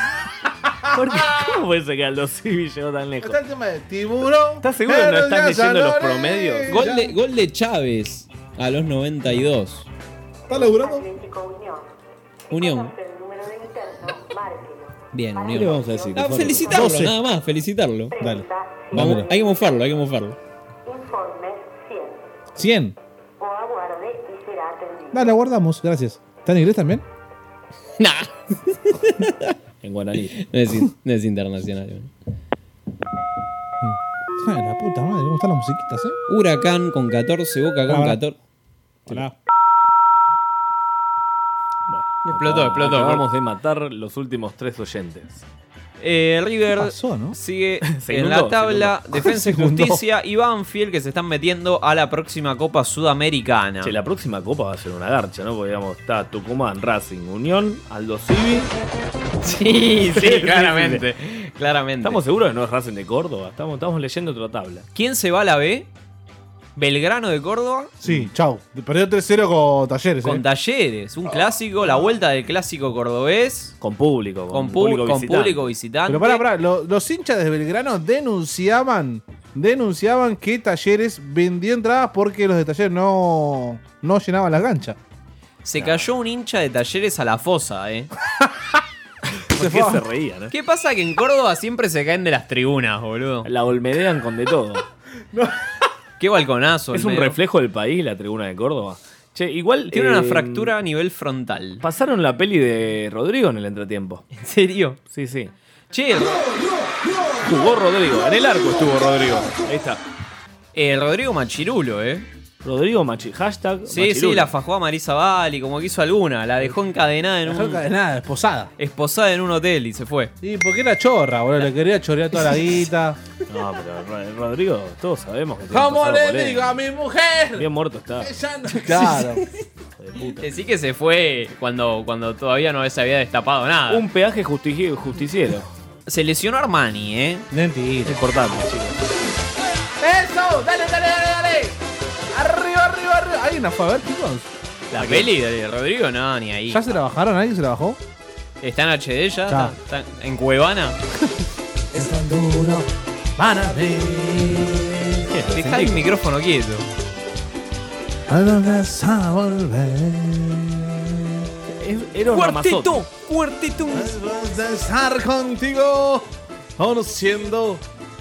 ¿Por qué? ¿Cómo puede ser que Aldo Civi llegó tan lejos? Está el tema de tiburón. ¿Estás seguro que no Pero estás ya leyendo no los le- promedios? Gol de, gol de Chávez a los 92. ¿Estás laburando? Unión. Bien, ¿Qué Unión. le vamos a decir? Ah, Que fue- felicitarlo, 12. nada más, felicitarlo. Dale. Vamos, hay que mofarlo, hay que mofarlo. 100. Dale, guardamos, gracias. ¿Está en inglés también? Nah. En guaraní. No es, in- no es internacional. Ah, la puta madre, ¿cómo están las musiquitas, eh? Huracán con 14, Boca con Ahora. 14. Explotó, explotó. Acabamos de matar los últimos tres oyentes. Eh, River ¿Qué sigue Se Eh, en inundó, la se tabla inundó. Defensa y Se inundó. Justicia y Banfield que se están metiendo a la próxima Copa Sudamericana. Che, la próxima copa va a ser una garcha, ¿no? Porque digamos, está Tucumán, Racing, Unión, Aldo Civi. Sí, sí, claramente, Claramente. Estamos seguros que no es Racing de Córdoba. Estamos, estamos leyendo otra tabla. ¿Quién se va a la B? Belgrano de Córdoba Sí, chau. Perdió 3-0 con Talleres. con eh. Talleres, un clásico, la vuelta del clásico cordobés. Con público, con, público público, con visitante. público visitante. Pero pará, pará, lo- los hinchas de Belgrano denunciaban, denunciaban que Talleres vendía entradas porque los de Talleres no, no llenaban la cancha. Se cayó un hincha de Talleres a la fosa, ¿eh? ¿Por qué se reían? eh? ¿Qué pasa que en Córdoba siempre se caen de las tribunas, boludo? La olmedean con de todo. Qué balconazo. Es un reflejo del país la tribuna de Córdoba. Che, igual. eh, Tiene una fractura a nivel frontal. Pasaron la peli de Rodrigo en el entretiempo. ¿En serio? Sí, sí. Che, Jugó Rodrigo. En el arco estuvo Rodrigo. Ahí está. Eh, Rodrigo Machirulo, ¿eh? Rodrigo Machi. Hashtag. Sí, sí, Machirulo. la fajó a Marisa Bali, como que hizo alguna. La dejó encadenada en un. encadenada, esposada. Esposada en un hotel y se fue. Sí, porque era chorra, boludo, le quería chorear toda la guita. No, pero Ro- Rodrigo, todos sabemos que. tiene un ¿Cómo pasado le polémico. digo a mi mujer? Bien muerto está. Ella no- Claro. Decí que se fue cuando, cuando todavía no se había destapado nada. Un peaje justici- justiciero. Ah. Se lesionó Armani, ¿eh? Mentira. Importante, chicos. ¡Eso! ¡Dale, dale, dale, dale! ¡Arriba, arriba, arriba! Hay una fa, a ver, chicos. La peli de Rodrigo, no, ni ahí. ¿Ya se la bajaron? ¿Alguien se la bajó? ¿Está en HD ya? Ya. ¿Está, está en Cuevana? Es tan duro. Van a ver. Dejá el micrófono quieto. ¿A dónde vas a volver? Era Cuarteto, ¡Cuarteto! Vas a estar contigo, conociendo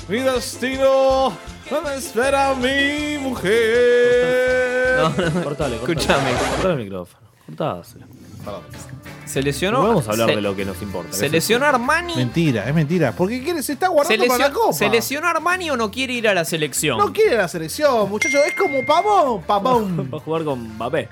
mi destino. No me espera mi mujer. No, no. Cortale, cortale. Escuchame. Cortale el micrófono. Cortáselo. Se lesionó. No vamos a hablar se- de lo que nos importa. Se lesionó Armani. Mentira, es mentira. Porque quiere- se está guardando se para la lesionó- copa. se lesionó Armani o no quiere ir a la selección. No quiere la selección, muchachos. Es como pavón, pavón. Va a jugar con Mbappé.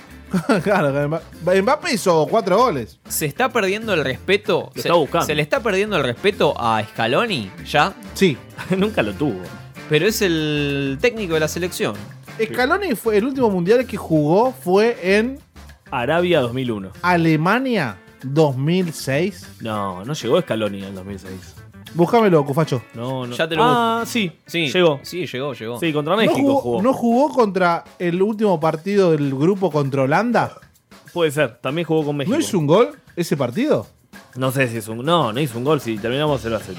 claro, Mba- Mbappé hizo cuatro goles. ¿Se está perdiendo el respeto? Lo se, está buscando. ¿Se le está perdiendo el respeto a Scaloni ya? Sí. Nunca lo tuvo. Pero es el técnico de la selección. Scaloni fue el último mundial que jugó fue en Arabia 2001. Alemania 2006. No, no llegó Scaloni en el 2006. Búscamelo, Cufacho. No, no. Ya te lo ah, busco. sí, Sí. Llegó. Sí, llegó, llegó. Sí, contra México ¿No jugó, jugó. no jugó contra el último partido del grupo contra Holanda? Puede ser. También jugó con México. ¿No hizo un gol ese partido? No sé si es un. No, no hizo un gol. Si terminamos 0 a 0.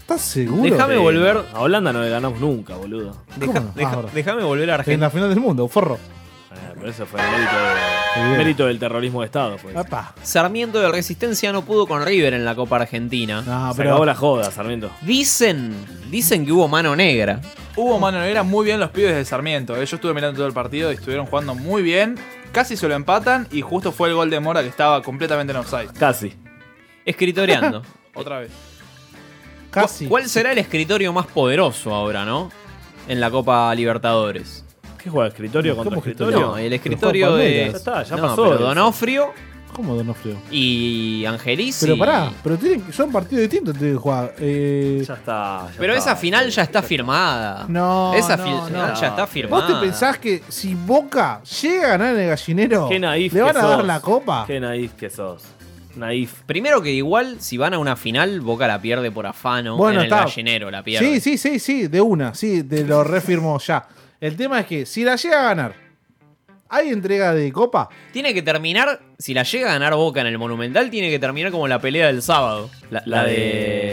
¿Estás seguro? Sí, Déjame volver. A Holanda no le ganamos nunca, boludo. Deja- deja- Ahora. Déjame volver a En la Argentina. final del mundo, forro. Eh, pero eso fue mérito, de- Bien. mérito del terrorismo de Estado. Pues. Apa. Sarmiento de Resistencia no pudo con River en la Copa Argentina. No, Se acabó la joda, Sarmiento. Dicen, dicen que hubo mano negra. Hubo mano negra muy bien los pibes de Sarmiento. eh. Yo estuve mirando todo el partido y estuvieron jugando muy bien. Casi se lo empatan y justo fue el gol de Mora que estaba completamente en offside. Casi. Escritoreando. Otra vez. Casi. ¿Cuál será el escritorio más poderoso ahora, no? En la Copa Libertadores. ¿Qué juega? ¿Escritorio contra escritorio? No, el escritorio Juan de. Palmeiras. Ya está, ya no, pasó Pero eso. Donofrio ¿Cómo Donofrio? y Angelici. Pero pará, pero tienen, que- son partidos distintos tienen que jugar. Eh, Ya está. ya Pero está. esa final ya está firmada. No, Esa no, final no. ya está ¿Vos firmada. te pensás que si Boca llega a ganar en el gallinero, Qué naif le van que a dar sos. la copa? Qué naif que sos. Naif. Primero que igual, si van a una final, Boca la pierde por afano. Bueno, en está. el gallinero la pierde. Sí, sí, sí, sí, de una, sí, te lo refirmo ya. El tema es que si la llega a ganar, ¿hay entrega de copa? Tiene que terminar, si la llega a ganar Boca en el Monumental, tiene que terminar como la pelea del sábado. La, La la de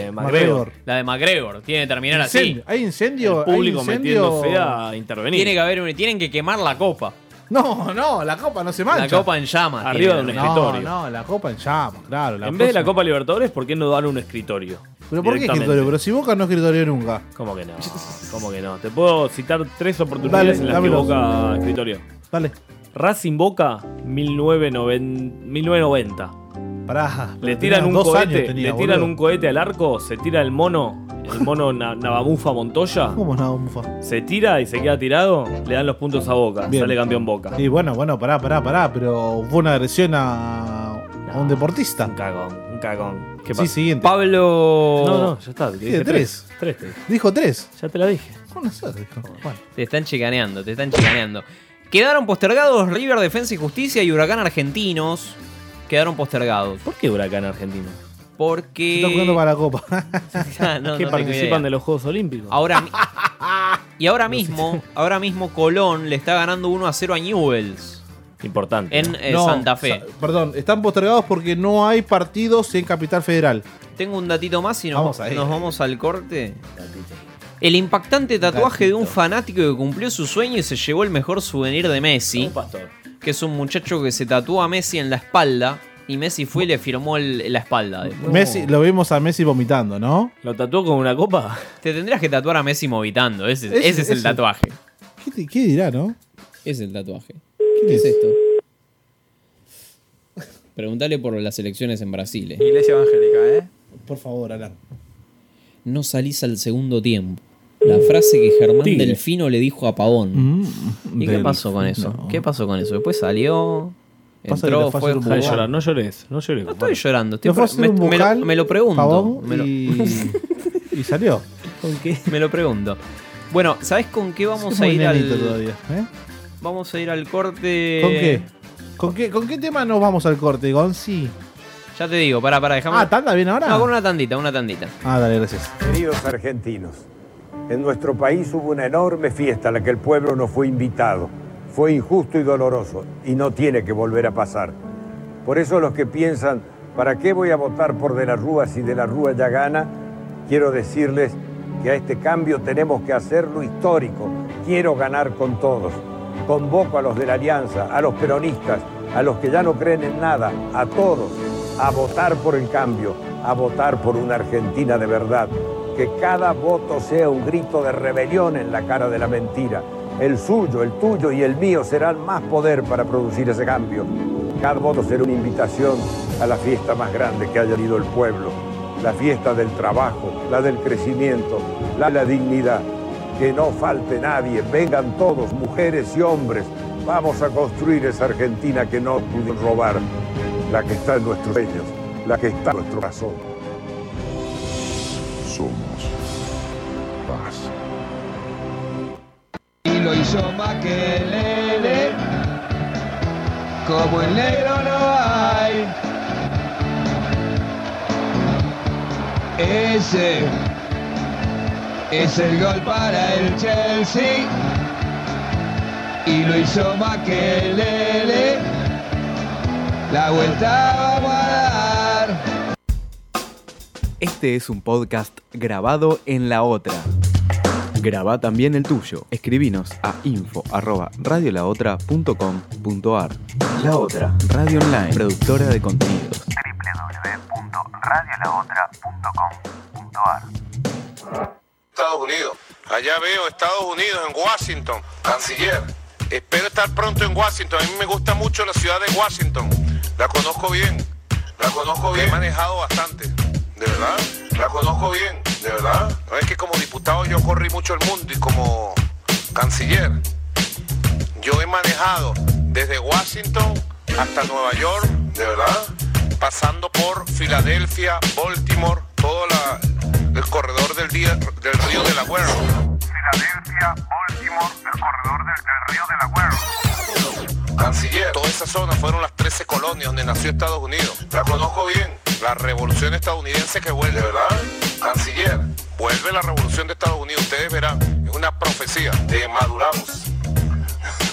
de McGregor. La de McGregor. Tiene que terminar así. Incendio, ¿Hay incendio? El público ¿Hay incendio? metiéndose a intervenir. Tiene que haber un- tienen que quemar la copa. No, no, la copa no se mancha. La copa en llamas. Arriba de tiene que un haber. escri- No, escritorio. no, la copa en llamas, claro. en vez de la próxima. Copa Libertadores, ¿por qué no dan un escritorio? ¿Pero por qué Directamente. escritorio? Pero si Boca no escritorio nunca. ¿Cómo que no? ¿Cómo que no? Te puedo citar tres oportunidades Dale, en las que dámelos. Boca escritorio. Dale, Racing Boca 1990. 1990. pará. Le pero tiran tenía un dos cohete, años tenía, le tiran boludo. un cohete al arco, se tira el mono, el mono na- Navamufa Montoya, ¿Cómo nada, mufa? se tira y se queda tirado, le dan los puntos a Boca, Bien. sale campeón Boca. Y bueno, bueno, pará, pará, pará, pero fue una agresión a, a un Un deportista. cagón, un cagón. ¿Qué Sí, pasa? siguiente. Pablo. No, no, ya está. te dije de tres. Tres, te dije. Dijo tres. Ya te la dije. Bueno, eso dijo. Bueno. Te están chicaneando, te están chicaneando. Quedaron postergados River Defensa y Justicia y Huracán Argentinos. Quedaron postergados. ¿Por qué Huracán Argentino? Porque. Se está jugando para la copa. Ah, no, que no tengo idea. participan de los Juegos Olímpicos. Ahora mi- y ahora mismo, ahora mismo Colón le está ganando 1 a 0 a Newells Importante. en eh, No, Santa Fe. sa- perdón, están postergados porque no hay partidos en Capital Federal. Tengo un datito más y nos nos Vamos vamos, ahí. al corte. El impactante tatuaje de un fanático que cumplió su sueño y se llevó el mejor souvenir de Messi, Un pastor. que es un muchacho que se tatuó a Messi en la espalda y Messi fue y le firmó el- la espalda. Messi, lo vimos a Messi vomitando, ¿no? ¿Lo tatuó con una copa? Te tendrías que tatuar a Messi movitando, ese, Ese- ese es el ese. tatuaje. ¿Qué, te- qué dirá, no? Es el tatuaje. ¿Qué ¿Qué es es? esto? Preguntale por las elecciones en Brasil. eh. Iglesia evangélica, ¿eh? Por favor, Alan. No salís al segundo tiempo. La frase que Germán Tigre. Delfino le dijo a Pavón. Mm, ¿Y qué pasó con eso? ¿Qué pasó con eso? Después salió, Pasa que le entró, fue a fue Ah, hacer un Deja de Bueno. llorar, no llores, no llores. No compadre. estoy llorando, estoy Le fue a pre- hacer un me, me lo- vocal, me lo pregunto. pavón me, lo, y, y salió. me lo pregunto. Bueno, ¿sabes con qué vamos Es a muy ir al nenito todavía, ¿eh? vamos a ir al corte? ¿Con qué? ¿Con qué? ¿Con qué tema nos vamos al corte, Gonzi? Ya te digo, para para dejame. Ah, ¿tanda bien ahora? no, con una tandita, una tandita. Ah, dale, gracias. Queridos argentinos, en nuestro país hubo una enorme fiesta a la que el pueblo no fue invitado. Fue injusto y doloroso y no tiene que volver a pasar. Por eso los que piensan, ¿para qué voy a votar por De la Rúa si De la Rúa ya gana? Quiero decirles que a este cambio tenemos que hacerlo histórico. Quiero ganar con todos. Convoco a los de la Alianza, a los peronistas, a los que ya no creen en nada, a todos, a votar por el cambio, a votar por una Argentina de verdad. Que cada voto sea un grito de rebelión en la cara de la mentira. El suyo, el tuyo y el mío serán más poder para producir ese cambio. Cada voto será una invitación a la fiesta más grande que haya tenido el pueblo. La fiesta del trabajo, la del crecimiento, la de la dignidad. Que no falte nadie, vengan todos, mujeres y hombres. Vamos a construir esa Argentina que no pudieron robar, la que está en nuestros sueños, la que está en nuestro corazón. Somos paz. Y lo hizo Maquelele. Como el negro no hay. Ese es el gol para el Chelsea. Y lo hizo Maquelele. La vuelta vamos a dar. Este es un podcast grabado en la otra. Graba también el tuyo. Escribinos a info@radiolaotra.com.ar. La otra, Radio Online, productora de contenidos. www.radiolaotra.com.ar Estados Unidos. Allá veo Estados Unidos en Washington. Canciller. Espero estar pronto en Washington. A mí me gusta mucho la ciudad de Washington. La conozco bien. La conozco bien. He manejado bastante. ¿De verdad? La conozco bien. ¿De verdad? No es que como diputado yo corrí mucho el mundo y como canciller yo he manejado desde Washington hasta Nueva York. ¿De verdad? Pasando por Filadelfia, Baltimore, todo la- el corredor del, día, del río de la Filadelfia, Baltimore, el corredor del, del río de la Canciller. Toda esa zona fueron las 13 colonias donde nació Estados Unidos. La conozco bien. La revolución estadounidense que vuelve. verdad? Canciller. Vuelve la revolución de Estados Unidos. Ustedes verán. Es una profecía. De maduramos.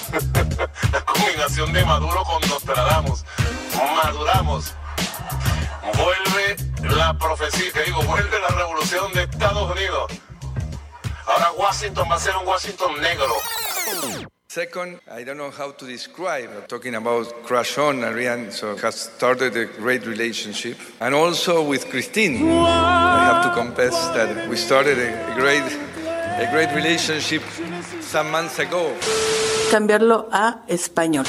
la combinación de Maduro con Nostradamus. Maduramos. Vuelve la profecía. Que digo, vuelve la revolución de Estados Unidos. Ahora Washington va a ser un Washington negro. Second, I don't know how to describe. I'm talking about Crash On, Ariane, so has started a great relationship. And also with Christine, I have to confess that we started a, a great, a great relationship some months ago. Cambiarlo a español.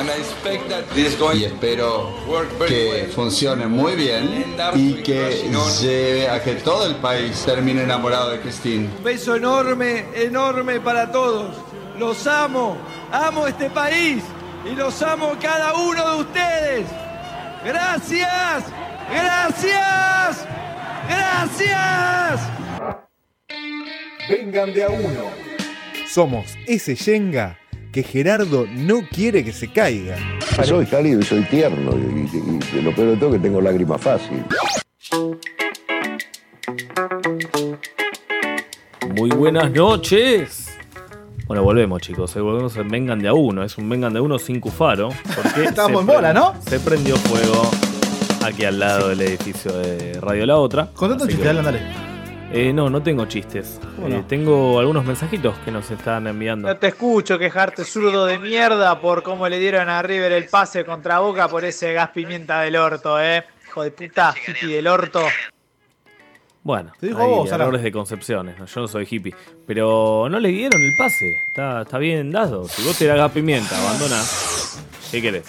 And I expect that this is going Y espero to work very que funcione muy bien y que lleve Eh, a que todo el país termine enamorado de Christine. Un beso enorme, enorme para todos. Los amo, amo este país y los amo cada uno de ustedes. Gracias, gracias, gracias. Vengan de a uno. Somos ese yenga que Gerardo no quiere que se caiga. Soy cálido y soy tierno. Y, y- y lo peor de todo es que tengo lágrimas fácil. Muy buenas noches. Bueno, volvemos, chicos. eh, Volvemos en Vengan de a uno. Es un Vengan de a uno sin cufaro. Porque Estábamos se en bola, pre- ¿no? Se prendió fuego aquí al lado del edificio de Radio La Otra. Contate un Así chiste, que- dale, dale. Eh, no, no tengo chistes. ¿Cómo Eh, no? tengo algunos mensajitos que nos están enviando. No te escucho quejarte zurdo de mierda por cómo le dieron a River el pase contra Boca por ese gas pimienta del orto, eh. Hijo de puta, hippie del orto. Bueno, Te dijo hay vos, Sara. errores de concepciones. ¿no? Yo no soy hippie. Pero no le dieron el pase. Está, está bien dado. Si vos te das gas pimienta, abandonás. ¿Qué querés?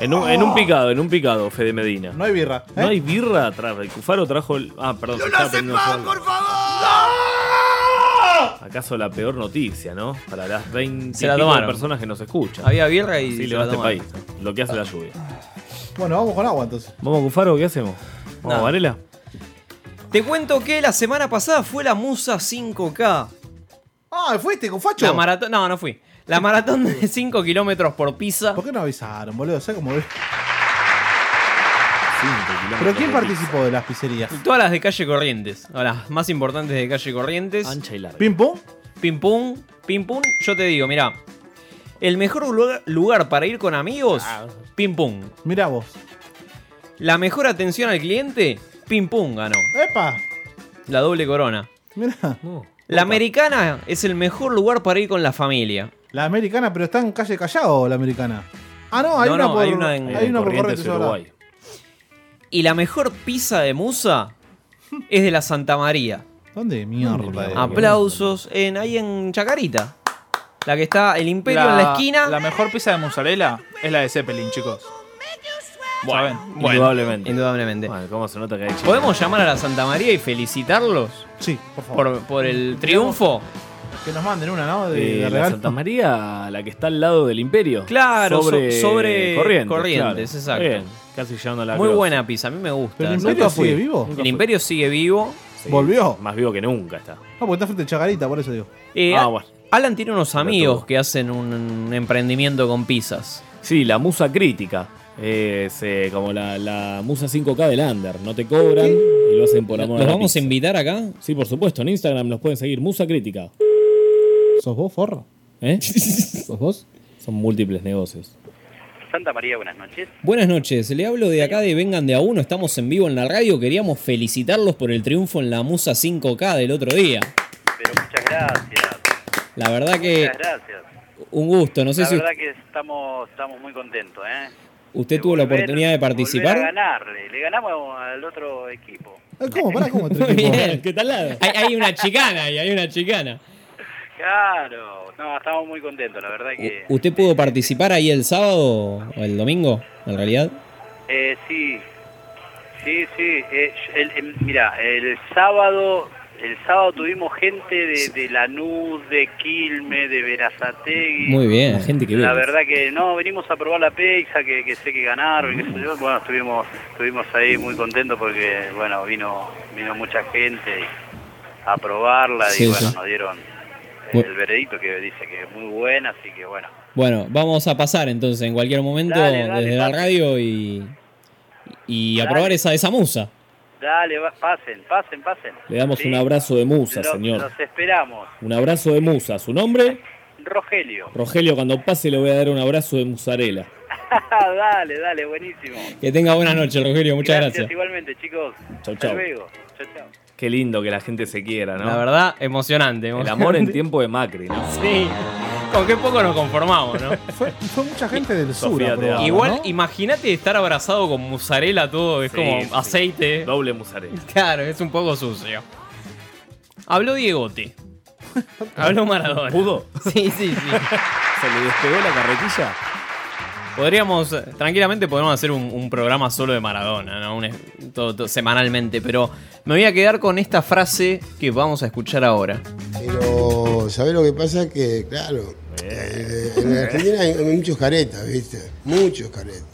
En un, en un picado, en un picado, Fede Medina. No hay birra. ¿eh? No hay birra atrás. El Cufaro trajo el. Ah, perdón. se estaba prendiendo fuego. ¿Acaso la peor noticia, no? Para las 20 Se la y pico de tomaron. personas que nos escuchan. Había birra y Sí, le se la va este tomaron. país. Lo que hace la lluvia. Bueno, vamos con agua entonces. Vamos, Cufaro, ¿qué hacemos? Vamos, Nada. Varela. Te cuento que la semana pasada fue la Musa 5K. Ah, fuiste con Facho. La maratón. No, no fui. La maratón de 5 kilómetros por pizza. ¿Por qué no avisaron, boludo? ¿Sabes cómo ves? kilómetros ¿Pero quién por participó de las pizzerías? Todas las de calle Corrientes. O las más importantes de calle Corrientes. Ancha y larga. Pim pum. Pim pum. Pim pum. Yo te digo, mirá. El mejor lugar, lugar para ir con amigos. Ah. Pim pum. Mirá vos. La mejor atención al cliente. Pim pum ganó. ¡Epa! La doble corona. Mirá. La americana es el mejor lugar para ir con la familia. La americana, pero está en calle Callao la americana. Ah, no, hay No, una no, por. hay una en- hay una por Corrientes, Corrientes, ahora. Uruguay. Y la mejor pizza de Musa es de la Santa María. ¿Dónde mierda? Aplausos en, ahí en Chacarita. La que está el imperio en la esquina. La mejor pizza de mozzarella es la de Zeppelin, chicos. Bueno, bueno, indudablemente. Indudablemente. Bueno, cómo se nota que hay chicos. ¿Podemos llamar a la Santa María y felicitarlos? Sí, por favor. Por, por el triunfo. Que nos manden una, ¿no? De, Eh, de la regalo. Santa María, la que está al lado del Imperio. Claro, so- sobre, sobre Corrientes. Corrientes, claro. exacto. Bien, casi llegando a la Muy cruz. buena pizza, a mí me gusta. ¿Pero el Imperio Nunca fui. sigue vivo? El Imperio sigue vivo. ¿Volvió? Más vivo que nunca está. No, porque está frente a Chacarita, por eso digo. Eh, Ah, Al- bueno. Alan tiene unos amigos que hacen un emprendimiento con pizzas. Sí, la musa crítica. Es eh, como la, la musa 5K del Under. No te cobran y lo hacen por amor a ¿Los la vamos pizza. a invitar acá? Sí, por supuesto. En Instagram nos pueden seguir. Musa crítica. ¿Sos vos, Forro? ¿Eh? ¿Sos vos? Son múltiples negocios. Santa María, buenas noches. Buenas noches, le hablo de acá de Vengan de a uno, estamos en vivo en la radio, queríamos felicitarlos por el triunfo en la Musa 5K del otro día. Pero muchas gracias. La verdad que Muchas gracias. un gusto, no sé la si verdad que estamos, estamos muy contentos, ¿eh? usted tuvo la Volver- oportunidad de volver a participar. ganarle. Le ganamos al otro equipo. Ah, ¿Cómo? ¿Para cómo? Muy bien, ¿qué tal? Hay, hay una chicana ahí, hay una chicana. Claro. No, estamos muy contentos, la verdad que... ¿Usted pudo participar ahí el sábado o el domingo, en realidad? Eh, sí, sí, sí. Eh, el- em, mira, el sábado, el sábado tuvimos gente de, de Lanús, de Quilme, de Verazategui. Muy bien. La gente que La viene. verdad que no, venimos a probar la pizza, que, que sé que ganaron, y qué sé yo. Bueno, estuvimos, estuvimos ahí muy contentos porque, bueno, vino, vino mucha gente a probarla y Sí, bueno, sí. nos dieron Bu- el veredicto que dice que es muy buena, así que bueno. Bueno, vamos a pasar entonces en cualquier momento Dale, dale, desde la radio y, y a Dale. probar esa, esa musa. Dale, va- pasen, pasen, pasen. Le damos Sí. un abrazo de musa, Los- señor. Los esperamos. Un abrazo de musa. ¿Su nombre? Rogelio. Rogelio, cuando pase le voy a dar un abrazo de musarela. dale, dale, buenísimo. Que tenga buenas noches, Rogelio, muchas gracias. igualmente, chicos. Chau, Hasta chau. luego. Chau, chau. Qué lindo que la gente se quiera, ¿no? La verdad, emocionante. El amor en tiempo de Macri, ¿no? Sí. Con qué poco nos conformamos, ¿no? Fue, fue mucha gente del sur. Sofía te a probar, ama. ¿no? Igual, imagínate estar abrazado con musarela todo, es Sí, como sí. aceite. Doble musarela. Claro, es un poco sucio. Habló Diegote. Habló Maradona. ¿Pudo? Sí, sí, sí. ¿Se le despegó la carretilla? Podríamos, eh, tranquilamente podemos hacer un, un programa solo de Maradona, ¿no? Un es- todo- todo semanalmente, pero me voy a quedar con esta frase que vamos a escuchar ahora. Pero, ¿sabés lo que pasa? Que, claro, eh, en la Argentina hay, hay muchos caretas, ¿viste? Muchos caretas.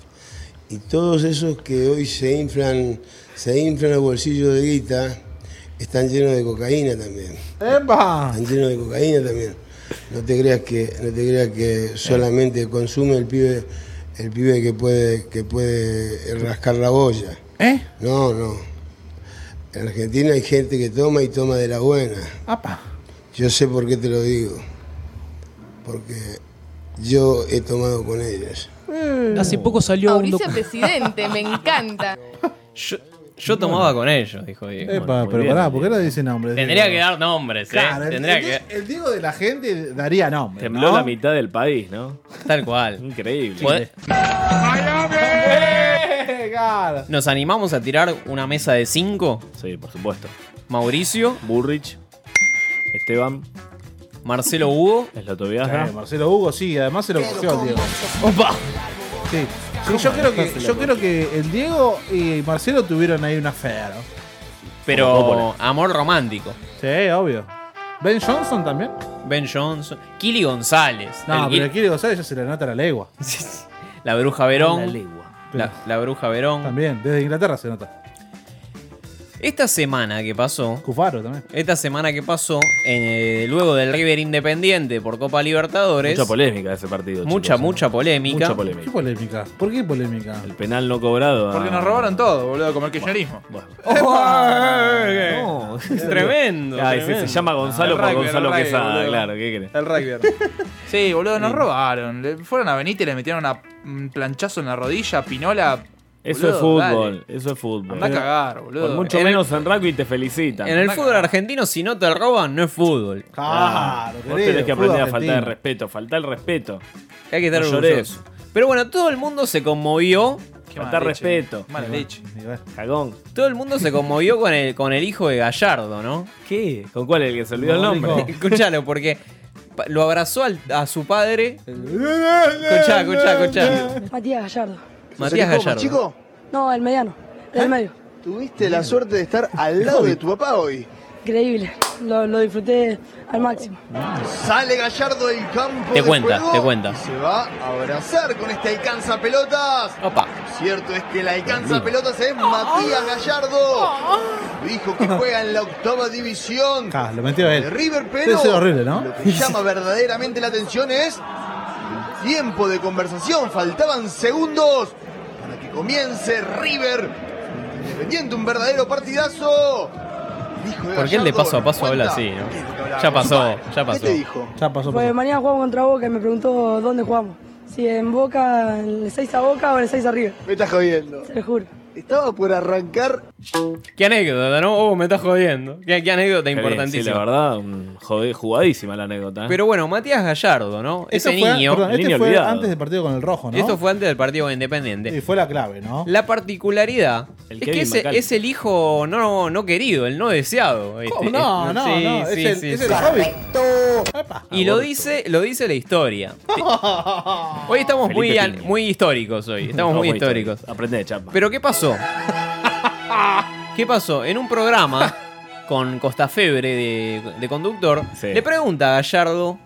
Y todos esos que hoy se inflan, se inflan los bolsillos de guita, están llenos de cocaína también. ¡Epa! Están llenos de cocaína también. No te creas que, no te creas que solamente consume el pibe, el pibe que puede, que puede rascar la boya. ¿Eh? No, no. En Argentina hay gente que toma y toma de la buena. Apa. Yo sé por qué te lo digo. Porque yo he tomado con ellos. Eh, Hace poco salió Mauricio Presidente, me encanta. Yo, yo tomaba con ellos, dijo Eh, Diego. Epa, Bueno, muy pero bien. pará, ¿por qué no dice nombre? Tendría que dar nombres, ¿eh? Claro, el- Tendría el, que... el Diego de la gente daría nombre. Tembló ¿no? la mitad del país, ¿no? Tal cual. Increíble. Pod- ¡Eh, cara! ¿Nos animamos a tirar una mesa de cinco? Sí, por supuesto. Mauricio. Burrich. Esteban. Marcelo Hugo. Es la Tobiaja. Eh, Marcelo Hugo, sí, además se lo cogió al Diego. ¡Opa! Sí. Sí, yo creo que, yo creo que el Diego y Marcelo tuvieron ahí una fea, ¿no? Pero amor romántico. Sí, obvio. Ben Johnson también. Ben Johnson. Kili González. No, El- pero el Kiri González ya se le nota la legua. La bruja Verón. La La, la bruja Verón. También, desde Inglaterra se nota. Esta semana que pasó. Cufaro también. Esta semana que pasó, en, eh, luego del River Independiente por Copa Libertadores. Mucha polémica ese partido. Mucha, chicos, ¿eh? mucha polémica. Mucha polémica. ¿Qué polémica? ¿Por qué polémica? El penal no cobrado. Ah, a- Porque nos robaron todo, boludo, como el kirchnerismo. No, tremendo, Ay, sí, tremendo. se llama Gonzalo Ah, por el rugby, Gonzalo el rugby, Quesada, boludo. claro. ¿Qué querés? El rugby. Sí, boludo, nos robaron. Le- fueron a Benítez y le metieron una- un planchazo en la rodilla, Pinola. Eso es boludo, dale. fútbol, eso es fútbol. Andá a cagar, boludo. Por mucho En el- menos en rugby te felicitan. En el fútbol argentino, si no te roban, no es fútbol. Ah, Claro, Vos tenés que aprender a faltar el respeto, faltar el respeto. Hay que estar No llores. orgulloso. Pero bueno, todo el mundo se conmovió. Faltar respeto. Cagón. Todo el mundo se conmovió con el, con el hijo de Gallardo, ¿no? ¿Qué? ¿Con cuál? El que se olvidó el nombre. Escúchalo, porque pa- lo abrazó al- a su padre. Escuchá, escuchá, escuchá. Matías Gallardo. Matías Gallardo. chico? No, el mediano. El del medio. Tuviste la suerte de estar al lado de tu papá hoy. Increíble. Lo, lo disfruté Este, al máximo. Sale Gallardo del campo. Te de cuenta, juego te cuenta. y Se va a abrazar con este alcanza pelotas. Opa. Cierto es que el alcanza pelotas es Matías Gallardo. Dijo que juega en la octava división. Ah, lo metió él. de River, Debe pero ser horrible, ¿no? lo que llama verdaderamente la atención es el tiempo de conversación. Faltaban segundos para que comience River. Independiente, un verdadero partidazo. Dijo de ¿Por qué él de Gallardo, paso a paso habla cuenta así, no? que hablaba Ya con su pasó, padre. ya pasó. ¿Qué te dijo? Ya pasó. Pues mañana jugamos contra Boca y me preguntó dónde jugamos. Si en Boca, en el 6 a Boca o en el 6 arriba. Me estás jodiendo. Te lo juro. Estaba por arrancar. Qué anécdota, ¿no? Oh, me estás jodiendo. Qué, qué anécdota Qué bien, importantísima. Sí, la verdad, un- jode- jugadísima la anécdota. ¿eh? Pero bueno, Matías Gallardo, ¿no? Esto Ese fue- niño. perdón, este Niño fue olvidado. Antes del partido con el rojo, ¿no? Esto fue antes del partido con Independiente. Y fue la clave, ¿no? La particularidad El es que Kevin ese- McAllister. es el hijo no, no querido, el no deseado. ¿viste? ¿Cómo? No, no, Sí, no, es sí, el- sí, es sí. el Hobbit. Ah, Y lo dice, lo dice la historia. Hoy estamos Felipe muy, an- Piña. muy históricos hoy. Estamos muy históricos. Aprende de chapa. Pero ¿qué pasó? ¿Qué pasó? En un programa con Costafebre de, de conductor, le pregunta a Gallardo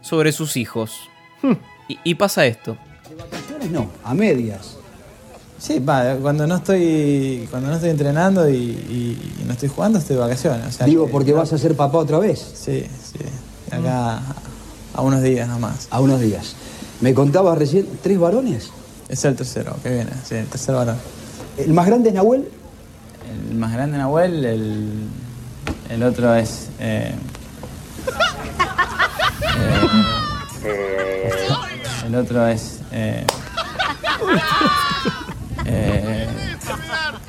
sobre sus hijos. Y, y pasa esto. Hmm. No, a medias. Sí, va, cuando no estoy, cuando no estoy entrenando y, y- y no estoy jugando, estoy de vacaciones. Digo, porque vas a ser papá otra vez. Sí, sí. De acá a, a unos días nomás. A unos días. ¿Me contabas recién tres varones? Es el tercero que viene, sí, el tercer varón. ¿El más grande es Nahuel? El más grande Nahuel, el, el otro es. eh, eh, el otro es. eh, eh,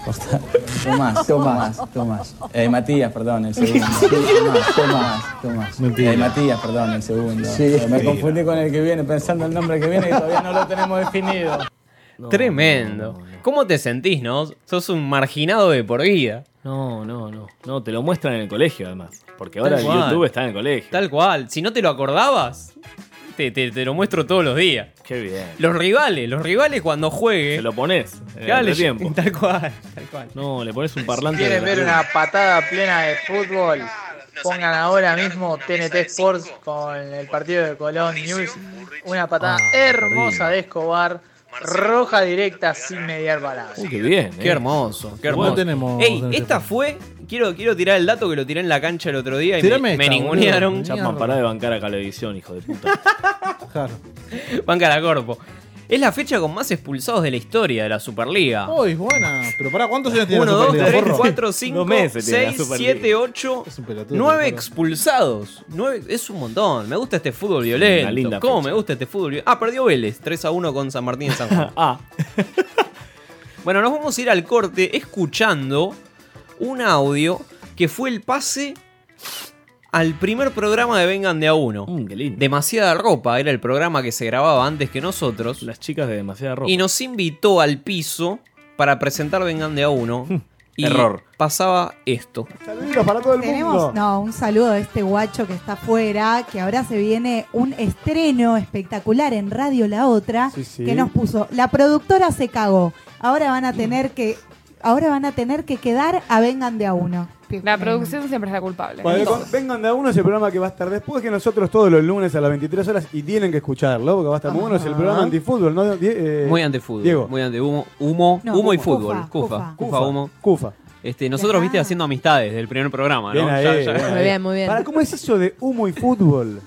corta. Tomás, Tomás, Tomás. Eh, Matías, perdón, el segundo. Tomás, Tomás, Tomás. Mentira. Eh, Matías, perdón, el segundo. Sí. Eh, me Mentira. confundí con el que viene, pensando el nombre que viene y todavía no lo tenemos definido. Tremendo. ¿Cómo te sentís, no? Sos un marginado de por vida. No, no, no. No, te lo muestran en el colegio además. Porque ahora Tal el cual. YouTube está en el colegio. Tal cual. Si no te lo acordabas, te, te- te lo muestro todos los días. Qué bien. Los rivales, los rivales cuando juegue. Se lo pones. en el entretiempo. Tal cual, tal cual. No, le pones un Si parlante. quieren de- ver una patada plena de fútbol, pongan ahora mismo TNT Sports con el partido de Colón News. Una patada Ah, hermosa de Escobar, roja directa sin mediar palabras. Uy, qué bien. Qué eh. hermoso, qué Igual hermoso. tenemos Ey, en este esta fue. Quiero, quiero tirar el dato que lo tiré en la cancha el otro día y Tirame me, me esta, ningunearon. boludo. Chapman, pará de bancar a Calevisión, hijo de puta. Banca la Corpo. Es la fecha con más expulsados de la historia de la Superliga. Uy, buena. Pero para cuántos años tiene 1, la 2, Superliga, 3, porro? 4, 5, meses tiene la 6, Superliga. 7, 8, pelotudo, 9 porro. expulsados. Nueve- es un montón. Me gusta este fútbol violento. una linda ¿Cómo fecha. me gusta este fútbol violento? Ah, perdió Vélez 3 a 1 con San Martín en San Juan. ah. bueno, nos vamos a ir al corte escuchando un audio que fue el pase al primer programa de Vengan de a uno. Mm, Demasiada ropa era el programa que se grababa antes que nosotros. Las chicas de demasiada ropa. Y nos invitó al piso para presentar Vengan de a uno. y Error. pasaba esto. para todo el Tenemos, no, un saludo de este guacho que está afuera, que ahora se viene un estreno espectacular en Radio La Otra, Sí, sí. que nos puso, la productora se cagó, ahora van a tener que, ahora van a tener que quedar a vengan de a uno. La producción siempre es la culpable. Bueno, con- vengan de a uno es el programa que va a estar después que nosotros todos los lunes a las 23 horas y tienen que escucharlo porque va a estar muy bueno. Es el Ah. programa antifútbol, ¿no? Die- eh, Muy antifútbol. Diego. Muy anti humo. Humo, No, humo y Cufa, fútbol. Cufa. Cufa. Cufa, humo. Cufa. Este, nosotros viste haciendo amistades del primer programa, ¿no? Bien ahí, Ya- ya- bien ahí. Para, ¿Cómo es eso de humo y fútbol?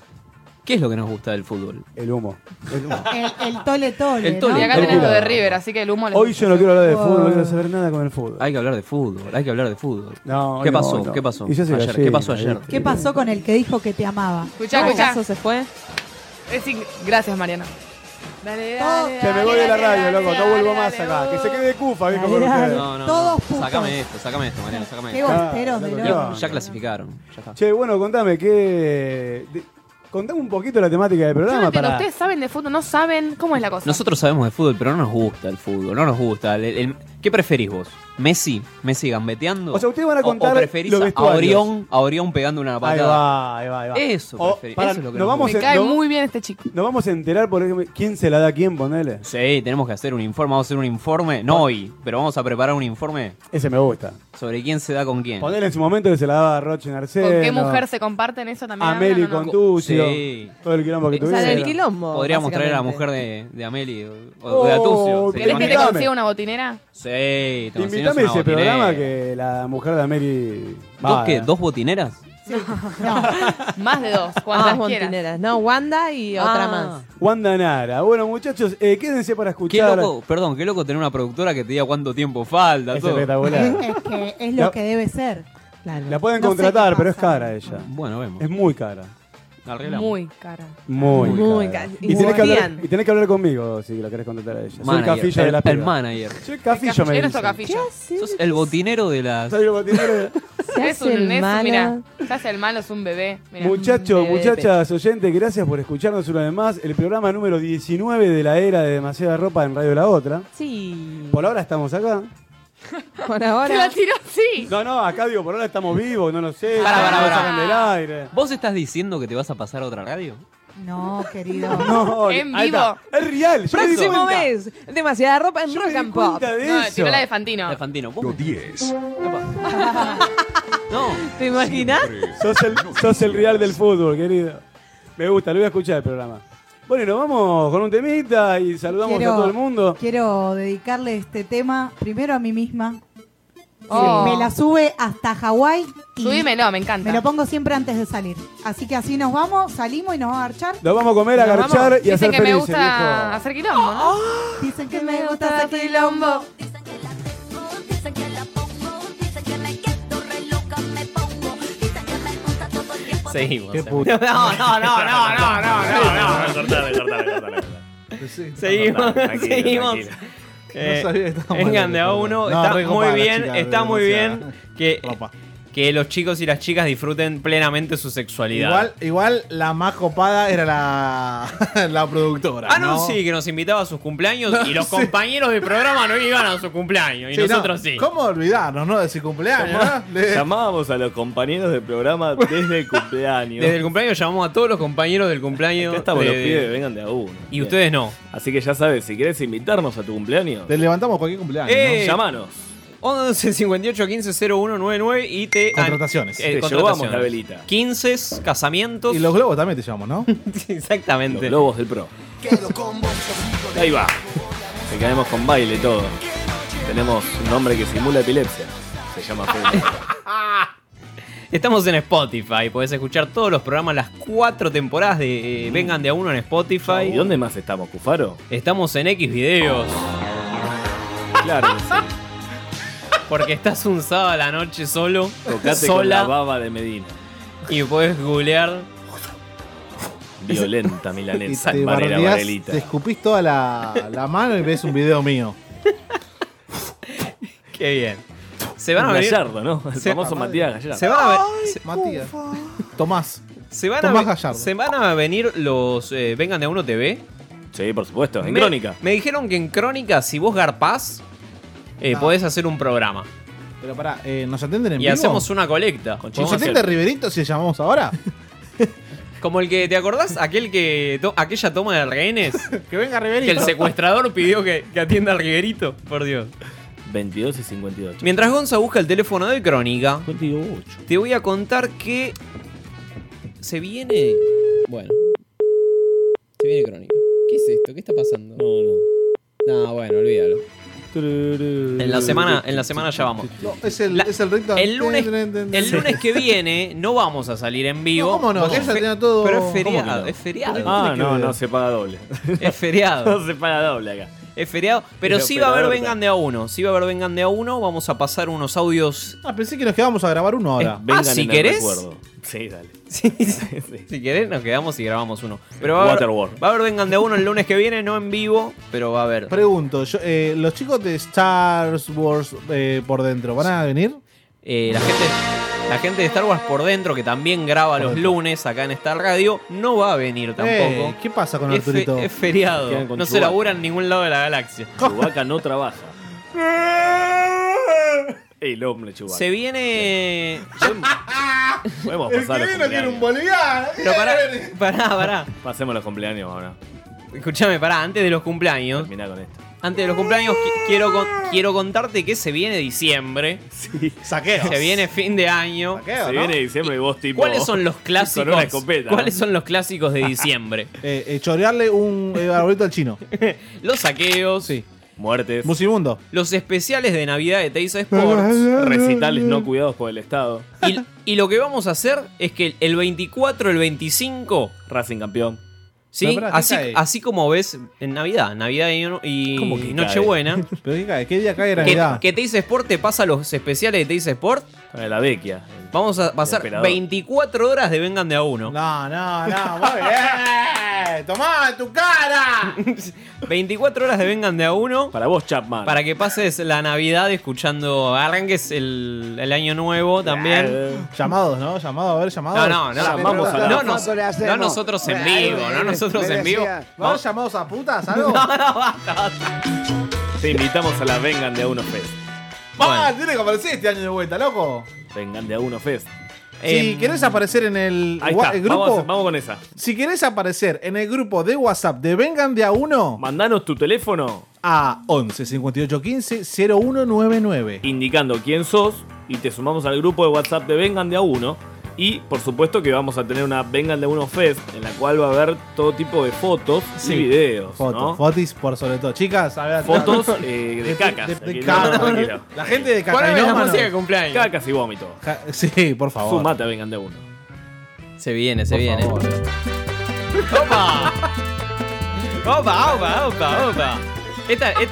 ¿Qué es lo que nos gusta del fútbol? El humo. El humo. El, el tole tole. El tole, ¿no? Y acá Tal tenés lo cual. de River, así que el humo les Hoy yo no quiero hablar de Wow. fútbol, no quiero saber nada con el fútbol. Hay que hablar de fútbol, hay que hablar de fútbol. No, ¿Qué no, pasó? no. ¿Qué pasó? Y yo soy Ayer, ¿Qué gallina, pasó ayer? ¿viste? ¿Qué pasó con el que dijo que te amaba? Escuchá, escuchá. ¿Acaso se fue? Es in- Gracias, Mariana. Dale, dale, Que me voy de la radio, loco, no vuelvo más acá. Que se quede Cufa, viejo, con ustedes. No, no, no. Todos Sácame esto, sácame esto, Mariano, sácame Qué esto. bosteros de Ya- loco. Ya clasificaron. Ya está. Che, bueno, contame que. de- Contame un poquito la temática del Yo no programa entiendo, para. ¿Ustedes saben de fútbol? ¿No saben cómo es la cosa? Nosotros sabemos de fútbol, pero no nos gusta el fútbol, no nos gusta. El, el- ¿Qué preferís vos? ¿Messi? ¿Messi gambeteando? O sea, ustedes van a contar o preferís los a vestuarios. Orión, a Orión pegando una patada? Ahí va, ahí va, ahí va. Eso, O, preferís, pará, eso es lo que nos nos vamos gusta. a- nos- bien este chico. Nos vamos a enterar por ejemplo, quién se la da a quién, ponele. Sí, tenemos que hacer un informe. Vamos a hacer un informe, no hoy, pero vamos a preparar un informe Ese me gusta. sobre quién se da con quién. Ponele en su momento que se la daba a Roche en Arcelo. ¿Con qué mujer se comparten eso también? A hablan o Meli no? con Tucio. Sí. Todo el quilombo que O sea, tuvieron. del quilombo, Podríamos traer a la mujer de, de Ameli o, o de Atucio. Oh, Sí, ¿Querés que te Invítame. consiga una botinera? Sí, te conseguimos Invítame a una ese botinera. programa que la mujer de Meli. ¿Dos, qué? ¿Dos botineras? Más de dos, cuantas Más quieras. Ah. montineras. No, Wanda y otra más. Wanda Nara. Bueno, muchachos, eh, quédense para Qué escuchar. loco, perdón, qué loco tener una productora que te diga cuánto tiempo falta. Es todo. espectacular. Es que es lo La- que debe ser. La pueden No sé contratar, qué pero es pasa. cara ella. Bueno, vemos. Es muy cara. Arreglamos. Muy cara. Muy, Muy cara. cara. Y tenés, que Bien. hablar, y tenés que hablar conmigo si la querés contratar a ella. Soy el Manager, cafilla de el- la el piba. manager. Soy el cafilla, me Eres dicen. tocafillo. Sos el botinero de las. Soy el botinero de- Se hace el un malo. eso, mira. Se hace el malo, es un bebé. mirá. Muchachos, Un bebé de muchachas, oyentes, gracias por escucharnos una vez más. El programa número 19 de la era de Demasiada Ropa en Radio La Otra. Sí. Por ahora estamos acá. Por Te ahora. la tiró así. No, no, acá digo, por ahora estamos vivos, no lo sé. Pará, no pará, lo pará. sacan del aire. ¿Vos estás diciendo que te vas a pasar a otra radio? No, querido. No, En ahí vivo. está. Es real. yo me di Próximo cuenta. mes. Demasiada ropa en Rock and Pop. cuenta de No, eso. tiró la de Fantino. De Fantino. ¿Vos? 10. No. ¿Te imaginas? Sos el, sos el real del fútbol, querido. Me gusta, lo voy a escuchar el programa. Bueno, nos vamos con un temita y saludamos Quiero- a todo el mundo. Quiero dedicarle este tema primero a mí misma. Eh, Oh. Me la sube hasta Hawái. y Subímelo, me encanta. Me lo pongo siempre antes de salir. Así que así nos vamos, salimos y nos vamos a marchar. Nos vamos a comer, a Nos garchar vamos. y a Dicen ser que felices, me gusta viejo. hacer quilombo, ¿no? Dicen que me gusta hacer quilombo. Seguimos. Qué No, no, no, no, no, no, no, no. Cortale, cortale, cortale. Seguimos, Tranquilo, seguimos. tranquilo. Eh, No sabía que estaba mal vengan de a recuerdo. No, uno, está re muy copada la bien, chica, está eh, de muy demasiada bien que, que los chicos y las chicas disfruten plenamente su sexualidad. Igual, igual la más copada era la, la productora. Ah, no, ¿no? sí, que nos invitaba a sus cumpleaños y los Sí. compañeros del programa no iban a su cumpleaños y Sí, no. nosotros sí. ¿Cómo olvidarnos, no? De su cumpleaños, Llamá- ¿no? Le- Llamábamos a los compañeros del programa desde el cumpleaños. Desde el cumpleaños llamamos a todos los compañeros del cumpleaños. Acá estamos de- los pibes, vengan de a uno. Y ustedes no. Así que ya sabes, si quieres invitarnos a tu cumpleaños, Te levantamos cualquier cumpleaños. Eh, ¿no? llámanos. 11 58 15 0199 y te. Contrataciones. Eh, Te contrataciones. llevamos la velita. 15 casamientos. Y los globos también te llamamos, ¿no? Exactamente. Los globos del pro. Ahí va. Te quedamos con baile y todo. Tenemos un hombre que simula epilepsia. Se llama Fede. Estamos en Spotify, podés escuchar todos los programas, las cuatro temporadas de eh, Vengan de a uno en Spotify. ¿Y dónde más estamos, Cufaro? Estamos en X videos. Claro. que sí. Porque estás un sábado a la noche solo, Tocate con la sola, baba de Medina. y podés googlear. Violenta Y milanesa. te, Varela, bardeás, Varelita. te escupís toda la, la mano y ves un video mío. Qué bien. Se van a venir. Gallardo, ¿no? El famoso Matías Gallardo. Se van a ver. se- Matías. Tomás. Se van, Tomás a, ve- Gallardo. se van a venir los eh, Vengan de a uno TV. Sí, por supuesto. En Me- Crónica. Me dijeron que en Crónica, si vos garpás, eh, podés hacer un programa. Pero pará, eh, ¿nos atienden en Y vivo? hacemos una colecta. ¿Nos atiende Riverito si le llamamos ahora? Como el que, ¿te acordás? Aquel que to- aquella toma de rehenes. que venga Riverito. Que el secuestrador pidió que, que atienda al Riverito. Por Dios. 22 y 58. Mientras Gonza busca el teléfono de Crónica, 58. te voy a contar que se viene. Bueno. Se viene crónica. ¿Qué es esto? ¿Qué está pasando? No, no. No, bueno, olvídalo. En la semana, en la semana ya vamos. No, es el, es el ritmo. El lunes, Ten, ten, ten, el ten. lunes que viene no vamos a salir en vivo. No, ¿cómo no? Porque Que es esa fe- tenía todo- Pero es ¿Cómo feriado, que no? es feriado. Ah, no, no, se paga doble. Es feriado. no se paga doble acá. Es feriado. Pero Es sí va a haber operador, Vengan de a uno. Sí va a haber Vengan de a uno. Vamos a pasar unos audios. Ah, pensé que nos quedábamos a grabar uno ahora. Eh, ah, si en el querés. recuerdo. Sí, dale. Si querés, nos quedamos y grabamos uno. Pero va a haber, Waterworld. va a haber Vengan de a uno el lunes que viene, no en vivo, pero va a haber. Pregunto, yo, eh, ¿los chicos de Star Wars eh, por dentro van a venir? Eh, la, gente, la gente de Star Wars por dentro, que también graba los lunes acá en esta radio, no va a venir tampoco. Eh, ¿Qué pasa con es, fe- Arturito? es feriado. Quedan con No se Chewbacca. labura en ningún lado de la galaxia. Chewbacca no trabaja. El hombre Chewbacca. Se viene. Podemos pasar los cumpleaños. boliviano. Pero pará, pará, pará. Pasemos los cumpleaños ahora. Escúchame, pará, antes de los cumpleaños. Antes de los cumpleaños, qui- quiero, con- quiero contarte que se viene diciembre. Sí. Saqueos. Se viene fin de año. Se viene diciembre y vos tipo. ¿Cuáles son los con clásicos? una escopeta, ¿no? ¿Cuáles son los clásicos de diciembre? Eh, eh, chorearle un eh, arbolito al chino. los saqueos. Muertes. Musimundo. Los especiales de Navidad de Teisa Sports. Recitales no cuidados por el Estado. Y, y lo que vamos a hacer es que el 24, el 25. Racing campeón. ¿Sí? Pero pará, ¿qué así, cae? así como ves en Navidad, Navidad y, ¿Cómo que y Nochebuena. ¿Pero qué cae? ¿Qué día cae Que, Navidad? que Teis Sport te pasa los especiales de Teis Sport. La vecchia. Vamos a pasar operador. 24 horas de Vengan de a uno. No, no, no, muy bien. Tomá en tu cara. 24 horas de Vengan de a uno. Para vos, Chapman. Para que pases la Navidad escuchando. Arranques el, el año nuevo también. Llamados, ¿no? Llamados, a ver, llamados. No, no, no, Llamamos a la- no, nos- Foto le no hacemos. nosotros en vivo, no nosotros en vivo. Vamos llamados a putas, algo? Ah, Te invitamos a la Vengan de a uno Fest. Va, tiene que aparecer este año de vuelta, loco. Vengan de a uno Fest. Eh, Em, si querés aparecer en el, Ahí wa- está. el grupo, Vamos, vamos con esa. si querés aparecer en el grupo de WhatsApp de Vengan de a uno, mandanos tu teléfono a 11 58 15 0199. indicando quién sos y te sumamos al grupo de WhatsApp de Vengan de a uno. Y por supuesto que vamos a tener una Vengan de a uno Fest en la cual va a haber todo tipo de fotos Sí. y videos. Fotos, ¿no? fotis por sobre todo. Chicas, a ver, Fotos no, no, eh, de- de cacas. de- de tranquilo, cacas. tranquilo. La gente de Poneme cacainómano. la música de cumpleaños. Cacas y vómito. Ja- Sí, por favor. Sumate a Vengan de a uno. Se viene, se viene. ¡Opa! ¡Opa, opa, opa, opa! Esta, et-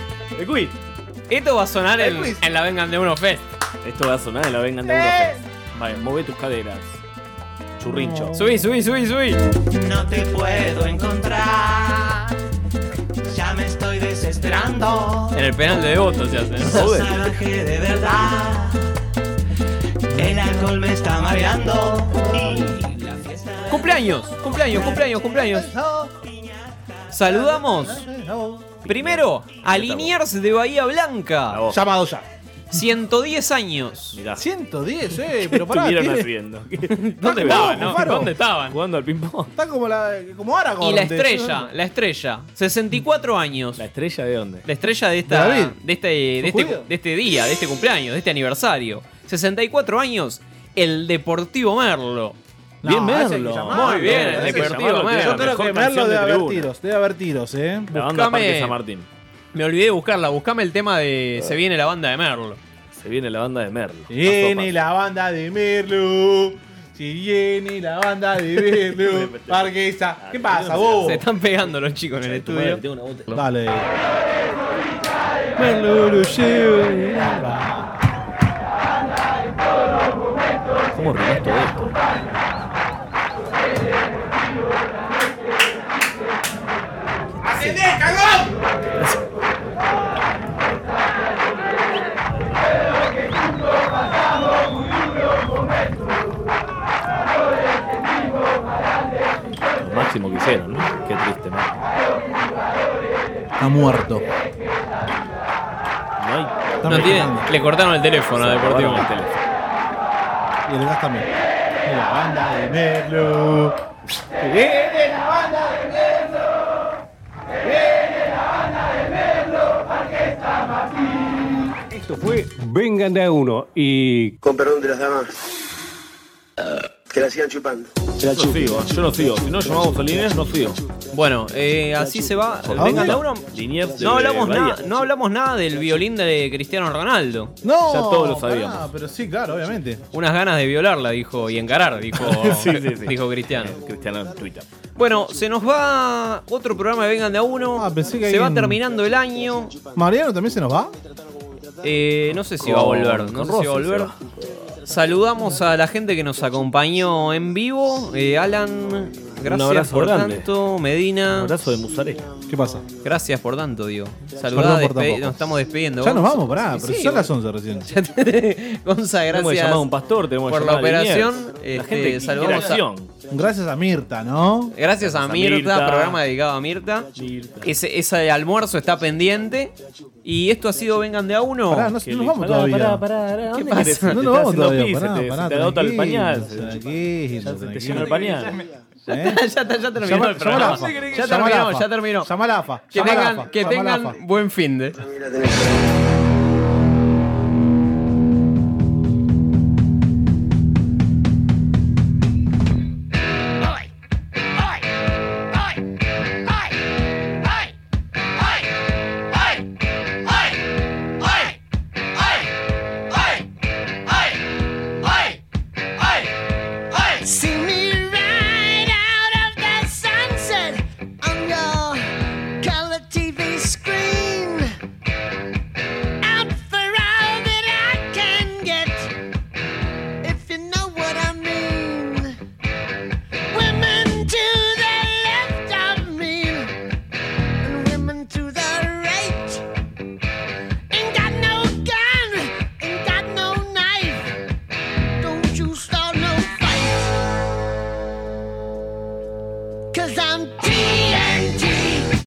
Esto va a sonar en, en la Vengan de Uno Fest. Esto va a sonar en la Vengan de a uno Fest. Vale, mueve tus caderas. Churrincho. Subí, subí, subí, subí. No te puedo encontrar. Ya me estoy desesperando. En el penal de votos se hace. ¿no? Sos Pues. salvaje de verdad. El alcohol me está mareando. Cumpleaños, cumpleaños, cumpleaños, cumpleaños. Saludamos primero a Liniers de Bahía Blanca. Llamado ya. 110 años. 110, eh, pero pará. estuvieron tiene- haciendo? ¿Dónde estaban? no? Faro? ¿Dónde estaban? Jugando al ping-pong. Está como, la, como Aragorn. Y la de- estrella, la estrella. 64 años. ¿La estrella de dónde? La estrella de esta. ¿De David? De este, de ¿Sos este, judío? de este día, de este cumpleaños, de este aniversario. 64 años. El Deportivo Merlo. No, Bien, ese hay que Merlo. llamarlo, Muy bien, el ese hay que Deportivo llamarlo, que Merlo. yo creo que Merlo debe haber tiros, debe haber tiros, eh. Buscame- Me olvidé de buscarla. Buscame el tema de Se viene la banda de Merlo. Eh. Se viene la banda de Merlo. Viene la banda de Merlo. Si viene la banda de Merlo. Varguesa. ¿Qué pasa, vos? Se están pegando los chicos en el tu madre, estudio. tengo Dale. ¿Cómo rimás todo esto? ¡Ascendé, cagón! Lo máximo que hicieron, ¿no? Qué triste, ¿no? Está muerto. No Están tiene- mejorando. le cortaron el teléfono al Deportivo robaron el Merlo. Y el gas también. Viene la banda de Merlo. Si viene la banda de Merlo. Esto fue Vengan de a uno y. Con perdón de las damas. Que la sigan chupando. Yo no sigo, yo no sigo. Si no llamamos a Liniers, no sigo. Bueno, eh, así se va. Venga, Laura. Liniers de No hablamos, Bahía. nada, no hablamos nada del violín de Cristiano Ronaldo. No. Ya todos lo Ah, sabíamos. pero sí, claro, obviamente. Unas ganas de violarla, dijo, y encarar, dijo, Sí, sí, sí. dijo Cristiano. Cristiano en Twitter. Bueno, se nos va otro programa de Vengan de a uno. Ah, pensé que se va alguien- terminando el año. ¿Mariano también se nos va? Eh, no sé si Con- va a volver. No con sé si Rossi va a volver. Saludamos a la gente que nos acompañó en vivo. Eh, Alan, Gracias abrazo por grande. tanto, Medina. Un abrazo de musarela. ¿Qué pasa? Gracias por tanto, Diego. Perdón Saludá, por despe- tampoco. nos estamos despidiendo. Ya nos Gonza. vamos, pará, Sí, pero sí, son las 11 recién. Gonza, gracias. Tenemos que llamar a un pastor, tenemos que Por la llamar a Liniers. operación. La Este, gente que saludamos quiere a, acción. Gracias a Mirta, ¿no? Gracias a Gracias a Mirta, Mirta. programa dedicado a Mirta. Ese, ese almuerzo está pendiente. Y esto ha sido Vengan de a uno. Pará, no- no Ah, nos vamos todavía. ¿Qué ¿Dónde querés? pasa? Te No está nos vamos haciendo todavía. pis, pará, se te- pará, se te agota el tranquilo, pañal. Tranquilo, Ya se te tranquilo. llenó el pañal. Ya está, ya está, ya terminó Llama- el llama a la programa. AFA. Ya Llama a la terminó, AFA. ya terminó. Llama a la AFA. Que Llama a la tengan, AFA. que Llama a la tengan AFA. buen fin de. See me right out of that sunset on your color TV screen. Out for all that I can get, if you know what I mean. Women to the left of me, and women to the right. Ain't got no gun, ain't got no knife. Don't you start no fight. Cause I'm